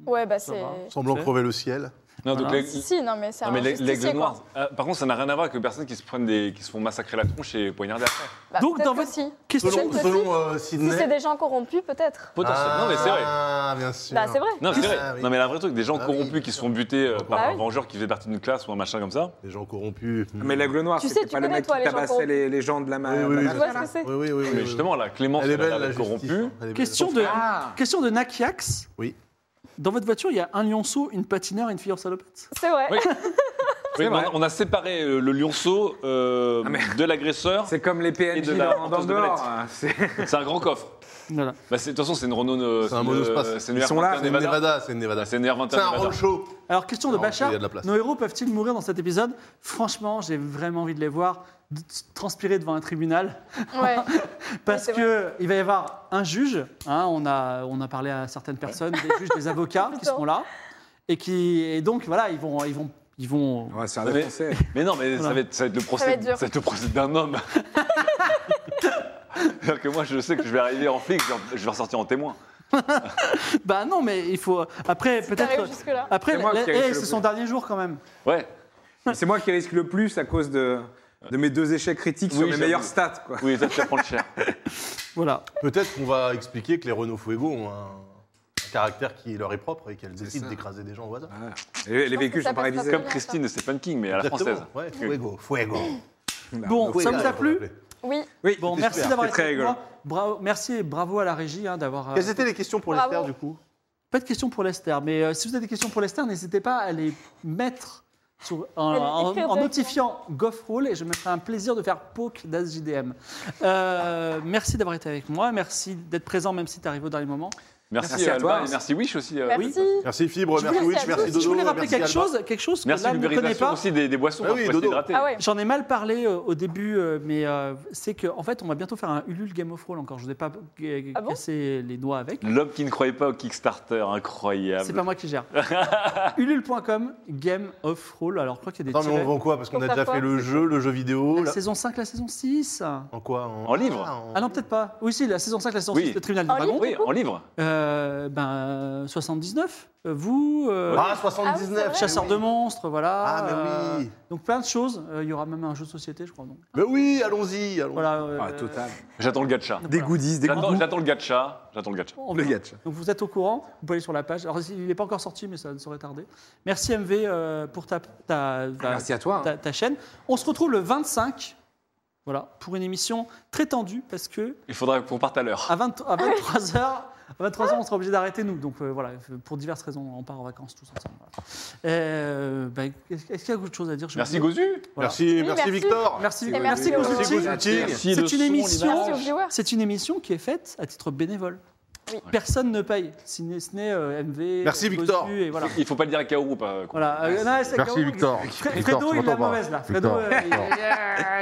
Ouais, bah Ça c'est. va. Semblant C'est- crever le ciel. Non, donc voilà. l'aigle- Si, si, non, mais c'est non, un mais l'aigle justicier, l'aigle quoi. noir. Ah, par contre, ça n'a rien à voir avec les personnes qui se prennent des, qui se font massacrer la tronche et poignarder après. Bah, Donc, peut-être dans que votre- si. Qu'est-ce que Selon, Peut-être selon euh, Si Sydney. c'est des gens corrompus, peut-être. Potentiellement. non, mais c'est vrai. Ah, bien sûr. Bah, c'est vrai. Non, c'est vrai. Ah, oui. Non, mais la vraie truc, des gens Ah, oui. corrompus qui se font buter euh, par Bah, un oui. vengeur qui faisait partie d'une classe ou un machin comme ça. Les gens corrompus. Ah, Mais l'aigle noir, Tu c'était sais, tu pas le connais, mec toi, qui les gens tabassait corrompus. les, les gens de la main. Oui, oui, la oui. Tu mafia, vois ce là. que c'est Oui, oui, oui. Mais oui, justement, la oui. Clémence, elle est elle belle, avait la été justice. hein. corrompue. Elle est belle. Question de, Ah. question de Nakiax. Oui. Dans votre voiture, il y a un lionceau, une patineur et une fille en salopette. C'est vrai. Oui. Oui, mais vrai. on a séparé euh, le lionceau euh, Ah, mais- de l'agresseur. C'est comme les Et de PNJ la dans ventouse de Andorre. belette. hein, c'est- C'est un grand coffre. Voilà. Bah, c'est- de toute façon, c'est une Renault. euh, C'est un une- monospace. euh, C'est une Ils sont là, R21 C'est une Nevada. Bah, Nevada, c'est une Nevada. C'est une R21 C'est un Nevada. roadshow. Alors, question de Non, Bachar. il y a de la place. Nos héros peuvent-ils mourir dans cet épisode Franchement, j'ai vraiment envie de les voir de- de transpirer devant un tribunal. (laughs) Ouais. Parce Ouais, c'est que il va y avoir un juge. hein, on, a, on a parlé à certaines personnes, des juges, des avocats qui Putain. seront là. Et, qui, et donc, voilà, ils vont. Ils vont, ils vont Ouais, c'est un Mais- défoncé. Mais non, mais ça, Voilà. va être, ça va être le procès, va être dur. ça va être le procès d'un homme. (laughs) C'est-à-dire que moi, je sais que je vais arriver en flic, je vais- je vais ressortir en témoin. Bah non, mais il faut. Après, peut-être. euh, T'arrives jusque-là. Après, C'est moi la- qui ai hey, réussi le c'est plus. son dernier jour quand même. Ouais, C'est moi qui risque le plus à cause de, de mes deux échecs critiques Oui, sur mes j'avoue. meilleurs stats. Quoi. oui, ça, tu vas prendre cher. Voilà. Peut-être qu'on va expliquer que les Renault Fuego ont un un caractère qui leur est propre et qu'elles décident ça. d'écraser des gens au hasard. Et les véhicules ça sont passe pas paralysés. Comme Christine de Stephen King, mais à la Exactement, française. Ouais, Fuego, Fuego. Ah, Bon, Fuego, ça vous a on plu l'appelait. Oui. Oui, Bon, C'était merci super, d'avoir été c'était euh, très avec rigolo. moi. Bravo, merci et bravo à la régie hein, d'avoir. euh, Quelles étaient les questions pour les Bravo. faire du coup Pas de questions pour Lester, mais euh, si vous avez des questions pour Lester, n'hésitez pas à les mettre sur- en, À les en- écrire en directement. notifiant GoffRoll et je me ferai un plaisir de faire poke d'AsJDM. Euh, merci d'avoir été avec moi, merci d'être présent même si tu arrives au dernier moment. Merci, Merci à Alba, toi. et merci Wish aussi. euh, Merci. Merci Fibre, Je merci voulais- Witch, merci Dodo. je voulais rappeler merci quelque Alba. chose, quelque chose que Merci là, ne connaît l'ubérisation pas. Bah aussi des, des boissons Ah pour oui, rester dodo. hydraté. Ah ouais. J'en ai mal parlé euh, au début, euh, mais euh, c'est qu'en en fait, on va bientôt faire un Ulule Game of Roll encore. Je ne vous ai pas euh, Ah bon cassé les doigts avec. L'homme qui ne croyait pas au Kickstarter, incroyable. Ah, C'est pas moi qui (laughs) gère. Ulule.com, Game of Roll. Alors, je crois qu'il y a des Attends, mais on tirets. vend quoi Parce qu'on Pour a faire déjà quoi fait le jeu, le jeu vidéo. La là- saison 5, la saison 6. Ah En quoi En livre. Ah, en- non, peut-être pas. Oui, si, la saison 5, la saison Oui. 6, le tribunal du En dragon. ligne Oui, en livre. Euh, ben, 79. Euh, Vous, euh, Ah, Eh Ah oui, 79 c'est chasseur de monstres, voilà. Ah, mais oui. Oh. Euh, donc plein de choses. Euh, Il y aura même un jeu de société, je crois. Donc. Mais Bah oui, allons-y allons-y. Voilà. euh, Ah, total. J'attends le gacha. Des goodies, des J'attends goodies. j'attends le gacha. J'attends le gacha. on- Le gadget. Donc vous êtes au courant, vous pouvez aller sur la page. Alors il n'est pas encore sorti, mais ça ne saurait tarder. Merci MV euh, pour ta, ta, ta- Merci à toi. ta- ta chaîne. On se retrouve le 25, voilà, pour une émission très tendue parce que Il faudra qu'on parte à l'heure. à, 20 à (laughs) 23 heures. à 23 heures, on sera obligé d'arrêter nous. Donc euh, voilà, pour diverses raisons, on part en vacances tous ensemble. voilà. Euh, bah, Est-ce est-ce qu'il y a autre chose à dire Je- Merci Gozu. Voilà. Merci, merci merci. Victor. Merci, Et merci, merci, Gozu. Gozu. Gozu. Merci de C'est son, une émission. Merci aux viewers. C'est une émission qui est faite à titre bénévole. Oui. Personne ne paye, si ce n'est euh, MV. Merci, Gozu, Victor. Et voilà. Il faut pas le dire à Kaoru. pas- Voilà. Euh, non, c'est- Merci, Victor. Fre- Victor, Fredo, il tu m'entends est ou pas mauvaise là. Fredo, Victor. euh, il-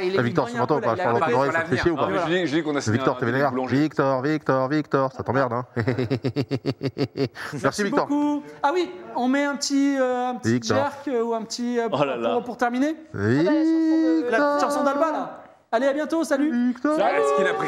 il- il est Ah, Victor, tu grognon un m'entends peu, ou pas là, Je il a parle dans arrêté. ton oreille, sur ça te fait chier ou l'avenir. pas Je dis- je dis qu'on a signé Victor, un t'es deal vénère boulanger. Victor, Victor, Victor, ça t'emmerde, (laughs) hein (laughs) Merci, Victor. beaucoup. Ah oui, on met un petit, euh, un petit Victor. jerk euh, ou un petit euh, Oh là là. Pour, pour terminer. La Victor, petite chanson d'Alba là. Allez, à bientôt, salut. Victor. Ah, Est-ce qu'il a pré-